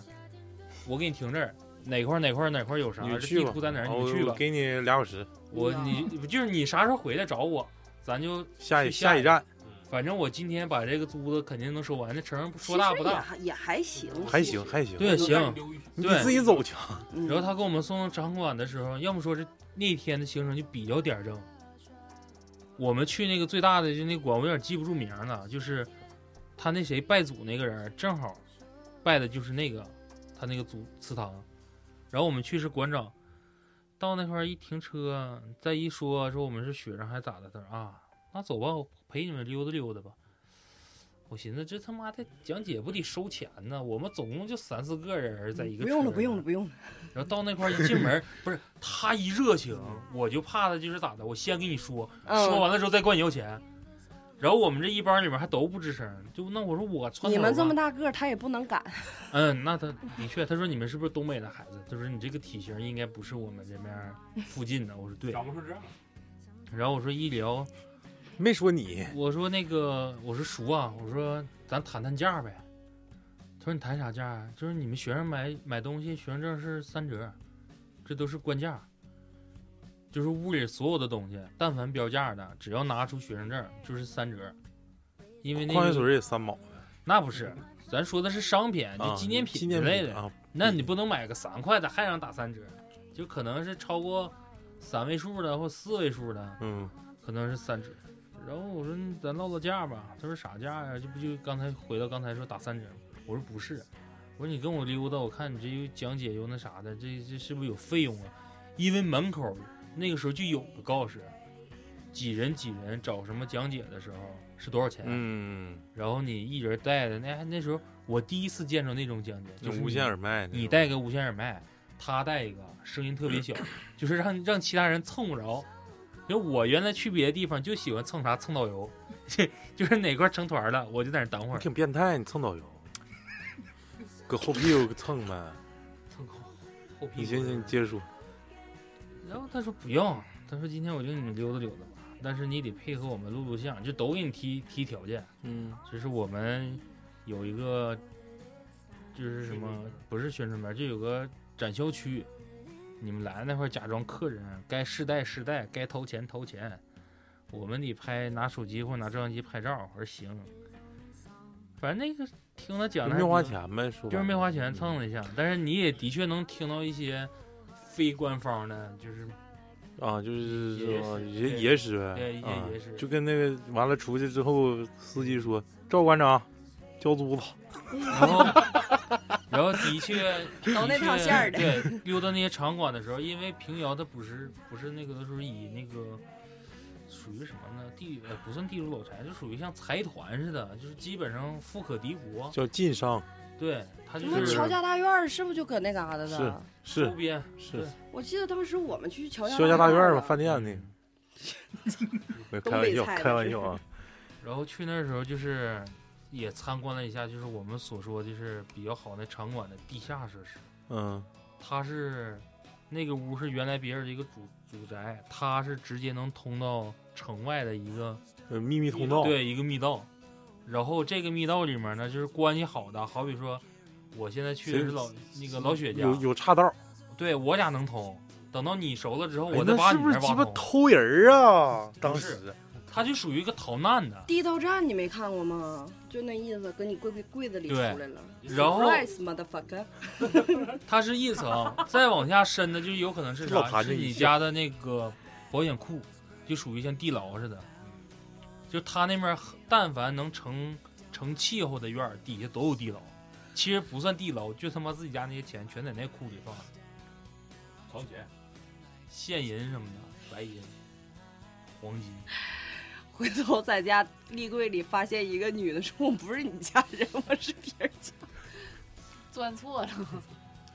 E: 我给你停这儿，哪块儿哪块儿哪块儿有啥，
A: 你
E: 这
A: 去
E: 地
A: 吧哦
E: 图在哪儿，
A: 我
E: 你去吧
A: 我。给你俩小时，
E: 我你就是你啥时候回来找我，咱就
A: 下一
E: 去下
A: 一站
H: 嗯
E: 反正我今天把这个租子肯定能收完，这成
F: 其
E: 说
F: 实
E: 大不
F: 也
E: 大。
F: 还也还行，
A: 还行还行，
E: 对，行。
I: 溜一圈
A: 你
E: 对
A: 得自己走去，
F: 嗯。
E: 然后他给我们送到场馆的时候，要么说这那天的行程就比较点儿正。我们去那个最大的就那馆，我有点记不住名儿了，就是他那谁拜祖那个人，正好拜的就是那个他那个祖祠堂。然后我们去是馆长，到那块儿一停车，再一说说我们是学生还咋的，他说啊，那走吧，我陪你们溜达溜达吧。我寻思这他妈的讲解不得收钱呢，我们总共就三四个人儿在一个
F: 嗯不用
E: 车
F: 了，不用
E: 上
F: 了，不用了。
E: 然后到那块儿一进门儿，不是他一热情，我就怕他就是咋的，我先跟你说，说
F: 嗯，
E: 完了之后再管你要钱。然后我们这一班里面还都不吱声，就那我说我窜
F: 你
E: 头
F: 们
E: 吧
F: 这么大个儿，他也不能赶。
E: 嗯，那他的确，他说你们是不是东北的孩子？他说你这个体型应该不是我们这面儿附近的。我说对。
I: 长不出这样。
E: 然后我说一聊，
A: 没说你，
E: 我说那个，我说叔啊，我说咱谈谈价呗。他说你谈啥价啊？就是你们学生买买东西，学生证是三折，这都是官价。就是屋里所有的东西，但凡标价的，只要拿出学生证就是三折，因为那
A: 矿泉
E: 个
A: 水也三毛，
E: 那不是，咱说的是商品，就
A: 啊
E: 纪念
A: 纪
E: 品之
A: 念
E: 类
A: 品
E: 的。
A: 啊，
E: 那你不能买个三块的还让打三折，就可能是超过三位数的或四位数的，
A: 嗯，
E: 可能是三折。然后我说嗯咱唠唠价吧，他说啥价呀、这不就刚才回到刚才说打三折吗？我说不是，我说你跟我溜达，我看你这又讲解又那啥的，这这是不是有费用啊？因为门口那个时候就有个告示，几人几人找什么讲解的时候是多少钱，
A: 嗯，
E: 然后你一人带的那那时候我第一次见着那种讲解，
A: 就
E: 就是
A: 无
E: 你
A: 线耳麦那种，
E: 你戴个无线耳麦，他戴一个，声音特别
A: <clears throat>
E: 小，就是让让其他人蹭不着。因为我原来去别的地方就喜欢蹭啥蹭导游， <laughs> 就是哪块成团了，我就在那儿等会
A: 你
E: 儿。
A: 挺变态，你蹭导
E: <laughs>
A: 游，搁后屁股蹭呗，
E: 蹭后后
A: 你
E: 屁
A: 行行，你
E: 股。
A: 接着说，
E: 然后他说不用，他说今天我就给你们溜达溜达吧，但是你得配合我们录录像，就都给你提提条件。
A: 嗯，
E: 就是我们有一个，就是什么不是宣传片，就有个展销区，你们来那块儿假装客人，该试戴试戴，该掏钱掏钱，我们得拍拿手机或者拿照相机拍照。我说行，反正那个听他讲的
A: 没花，钱嗯呗，说白了
E: 就是没花钱蹭了一下，但是你也的确能听到一些非官方的，就是
A: 啊，就是
E: 野
A: 说
E: 史
A: 一些
E: 对
A: 野史呗，
E: 对一些
A: 啊
E: 野史
A: 就跟那个完了出去之后，司机说赵馆长交租子，
E: 然后，然后的确，
F: <laughs> 走那
E: 的确
F: 趟线儿的
E: 对，溜达那些场馆的时候，因为平遥它不是不是那个的时候以那个属于什么呢？地呃不算地主老财，就属于像财团似的，就是基本上富可敌国。
A: 叫晋商，
E: 对，它就
F: 那
A: 是
F: 乔
E: 是
F: 家大院儿是不是就搁那嘎达的？
E: 周
A: 是
E: 边
A: 是
F: 我记得当时我们去乔家
A: 肖家大院
F: 院
A: 嘛，饭店那个。没有开玩笑，
F: 东北菜的
A: 开玩笑啊！
E: 然后去那儿的时候就是也参观了一下，就是我们所说就是比较好的场馆的地下设施。
A: 嗯，
E: 它是那个屋是原来别人的一个主主宅，它是直接能通到城外的一个
A: 呃秘密通道，
E: 对，一个密道。然后这个密道里面呢，就是关系好的，好比说我现在去的
A: 谁
E: 是老那个老雪家，
A: 有有岔道。
E: 对我家能通。等到你熟了之后，
A: 哎
E: 哦我再
A: 那
E: 把
A: 是
E: 你
A: 不
E: 那
A: 是
E: 儿
A: 鸡
E: 挖
A: 巴
E: 通。
A: 偷人儿啊？当
E: 是
A: 时
E: 它就属于一个逃难的。
F: 地道战你没看过吗？就那意思，搁你柜柜柜子里出
E: 对
F: 来了。
E: 然后
F: Surprise, motherfucker！ <laughs>
E: 它是一层，再往下深的就有可能是
A: 老
E: 啥？
A: 谭
E: 是
A: 这一
E: 你
A: 笑
E: 家的那个保险库，就属于像地牢似的。就他那边儿，但凡能成成气候的院儿，底下都有地牢。其实不算地牢，就他妈自己家那些钱全在那库里放着，
I: 藏钱，
E: 现银什么的，白银、黄金。
F: 回头在家立柜里发现一个女的，说我不是你家人，我是别人家。
D: <laughs> 钻错了，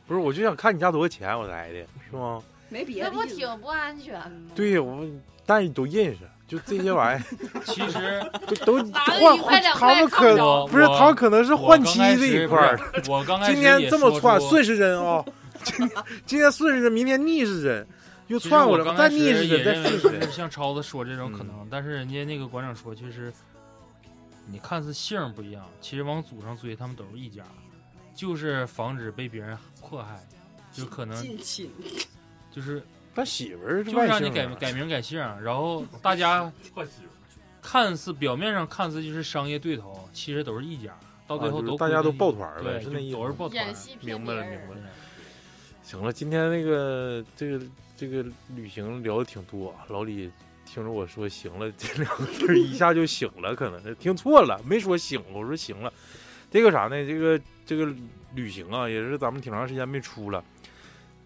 A: 不是，我就想看你家多少钱，我来的是吗？
F: 没别
D: 那
F: 的
D: 不
F: 意思
D: 挺不安全吗？
A: 对，我但是都认识，就这些
E: <laughs>
A: 玩意儿
E: 其
A: <laughs>
E: 实
A: 都都
D: 拿
A: 换
D: 个一块
A: 换，
D: 两
A: 他
D: 块
A: 们
D: 看不
A: 可
D: 着
E: 我
A: 不是
E: 我
A: 他们可能是换妻
E: 我刚开
A: 这
E: 始
A: 一块儿。
E: 不是我刚开始
A: 今天
E: 也
A: 这么
E: 说
A: 串，
E: 出
A: 顺时针啊、今今天顺时针，明天逆时针，又
E: 其实
A: 串过来
E: 刚
A: 了，
E: 开
A: 再
E: 始
A: 逆时
E: 也
A: 针，再
E: 认为
A: 顺时
E: 是
A: 针。
E: 像超子说这种可能，
A: 嗯
E: 但是人家那个馆长说，确实，你看似姓不一样，其实往祖上追，他们都是一家，就是防止被别人迫害，就可能
F: 近亲，
E: 就是
A: 他媳妇儿
E: 就是
A: 外
E: 让
A: 姓
E: 你改
A: 啊
E: 改名改姓，然后大家
I: 换媳妇儿，
E: 看似表面上看似就是商业对头，其实都是一家，到最
A: 啊
E: 后
A: 就是
E: 都
A: 大家都抱
E: 抱
A: 团儿呗
E: 对，
A: 是
E: 就
A: 那意思
E: 都是
A: 吗
E: 抱团儿
D: 演。戏骗
A: 明白
D: 别
A: 了，
D: 人
A: 明
D: 儿
A: 白了。行了，今天那个这个这个旅行聊的挺多啊，老李听着我说行了，这两个字儿一下就醒了，可能听错了，没说醒，我说行了。这个啥呢？这个这个旅行啊，也是咱们挺长时间没出了。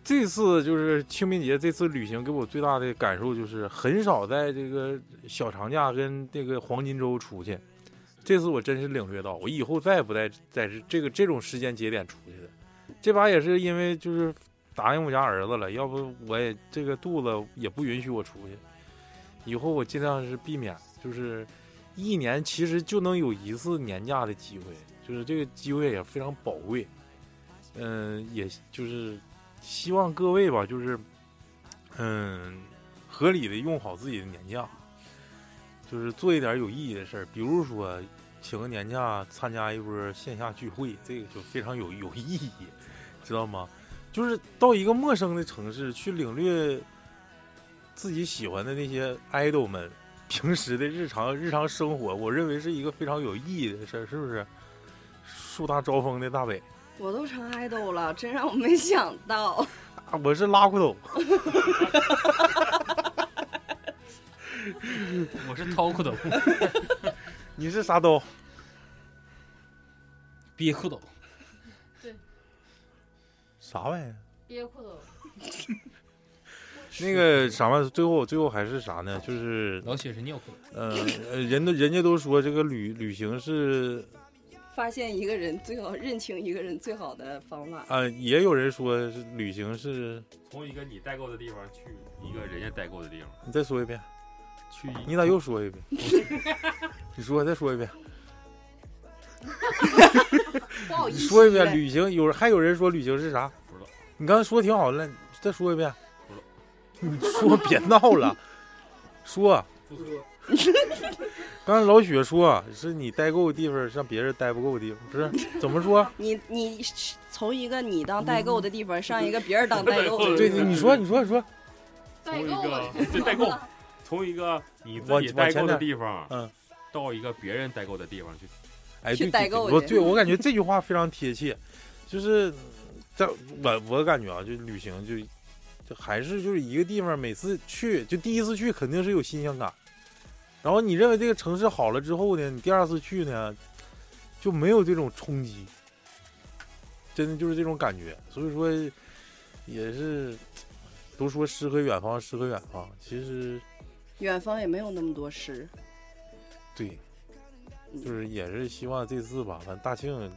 A: 这次就是清明节，这次旅行给我最大的感受就是很少在这个小长假跟这个黄金周出去。这次我真是领略到，我以后再也不在在这这个这种时间节点出去了。这把也是因为就是答应我家儿子了，要不我也这个肚子也不允许我出去。以后我尽量是避免，就是一年其实就能有一次年假的机会，就是这个机会也非常宝贵。嗯，也就是希望各位吧，就是嗯，合理的用好自己的年假，就是做一点有意义的事儿，比如说请个年假参加一波线下聚会，这个就非常有有意义，知道吗？就是到一个陌生的城市去领略自己喜欢的那些 idol 们平时的日常日常生活，我认为是一个非常有意义的事儿，是不是？树大招风的大北
F: 我都成爱豆了，真让我没想到。
A: 啊，我是拉裤兜，
E: <laughs> 我是掏裤兜，
A: 你是啥兜？
E: 憋裤兜，
A: 啥玩意儿？
D: 憋裤兜，
A: 那个啥玩意儿？最后最后还是啥呢？就是
E: 老雪是尿裤兜。
A: 呃，呃人都人家都说这个旅旅行是
F: 发现一个人最好认清一个人最好的方法，
A: 啊、也有人说是旅行是，
H: 从一个你代购的地方去一个人家代购的地方，
A: 你再说一遍。
H: 去一
A: 你咋又说一遍？你说再说一遍，
F: 不好意
A: 你
F: 思。
A: 说一遍。旅行有人还有人说旅行是啥？
H: 不知道。
A: 你刚才说挺好了，你再说一遍。
H: 不知道。
A: <laughs> 你说别闹了，
H: <laughs>
A: 说。
I: 不说
A: 刚才老雪说是你待够的地方，让别人待不够的地方，不是？怎么说？
F: 你你从一个你当代购的地方上一个别人当代购的地方，
A: 对，你你说，你说，你说，
D: 代
H: 从一
D: 购
H: 个
D: 的，
H: <laughs> 对代购，从一个你自
A: 往
H: 己
A: 往
H: 代
A: 前
H: 购的
A: 点
H: 地方，
A: 嗯，
H: 到一个别人代购的地方去。
A: 哎，
F: 去
A: 对，
F: 代
A: 对
F: 购
A: 我
F: 去
A: 对我感觉这句话非常贴切，就是在我我感觉啊，就旅行就就还是就是一个地方，每次去就第一次去肯定是有新鲜感，然后你认为这个城市好了之后呢，你第二次去呢就没有这种冲击，真的就是这种感觉，所以说也是都说诗和远方，诗和远方，其实
F: 远方也没有那么多诗。
A: 对，就是也是希望这次吧，反正大庆。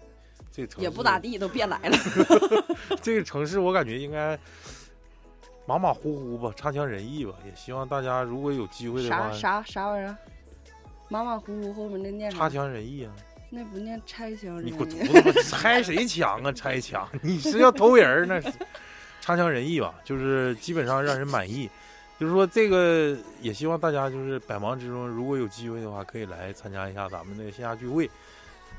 A: 这城
F: 也
A: 市
F: 不咋地，都别来了。
A: 这个城市我感觉应该马马虎虎吧，差强人意吧。也希望大家如果有机会的
F: 啥
A: 话，
F: 啥啥玩意儿？马马虎虎后面那念
A: 差
F: 啥？
A: 强人意啊！
F: 那不念拆墙
A: 你
F: 人
A: 滚 <laughs>
F: 家？
A: 犊子吧，拆谁墙啊？拆墙！ <laughs> 你是要偷人儿那是？差强人意吧，就是基本上让人满意。就是说，这个也希望大家就是百忙之中，如果有机会的话，可以来参加一下咱们的线下聚会。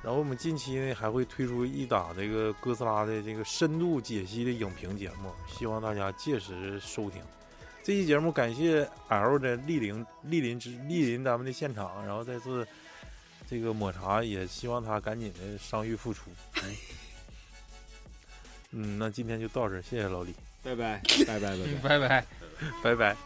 A: 然后我们近期呢还会推出一档这个哥斯拉的这个深度解析的影评节目，希望大家届时收听。这期节目感谢 L 的莅临莅临之莅临咱们的现场，然后再次这个抹茶也希望他赶紧的伤愈复出。哎嗯，那今天就到这儿，谢谢老李， <laughs>
B: 拜拜拜拜拜拜。
E: 拜拜。
A: 拜拜。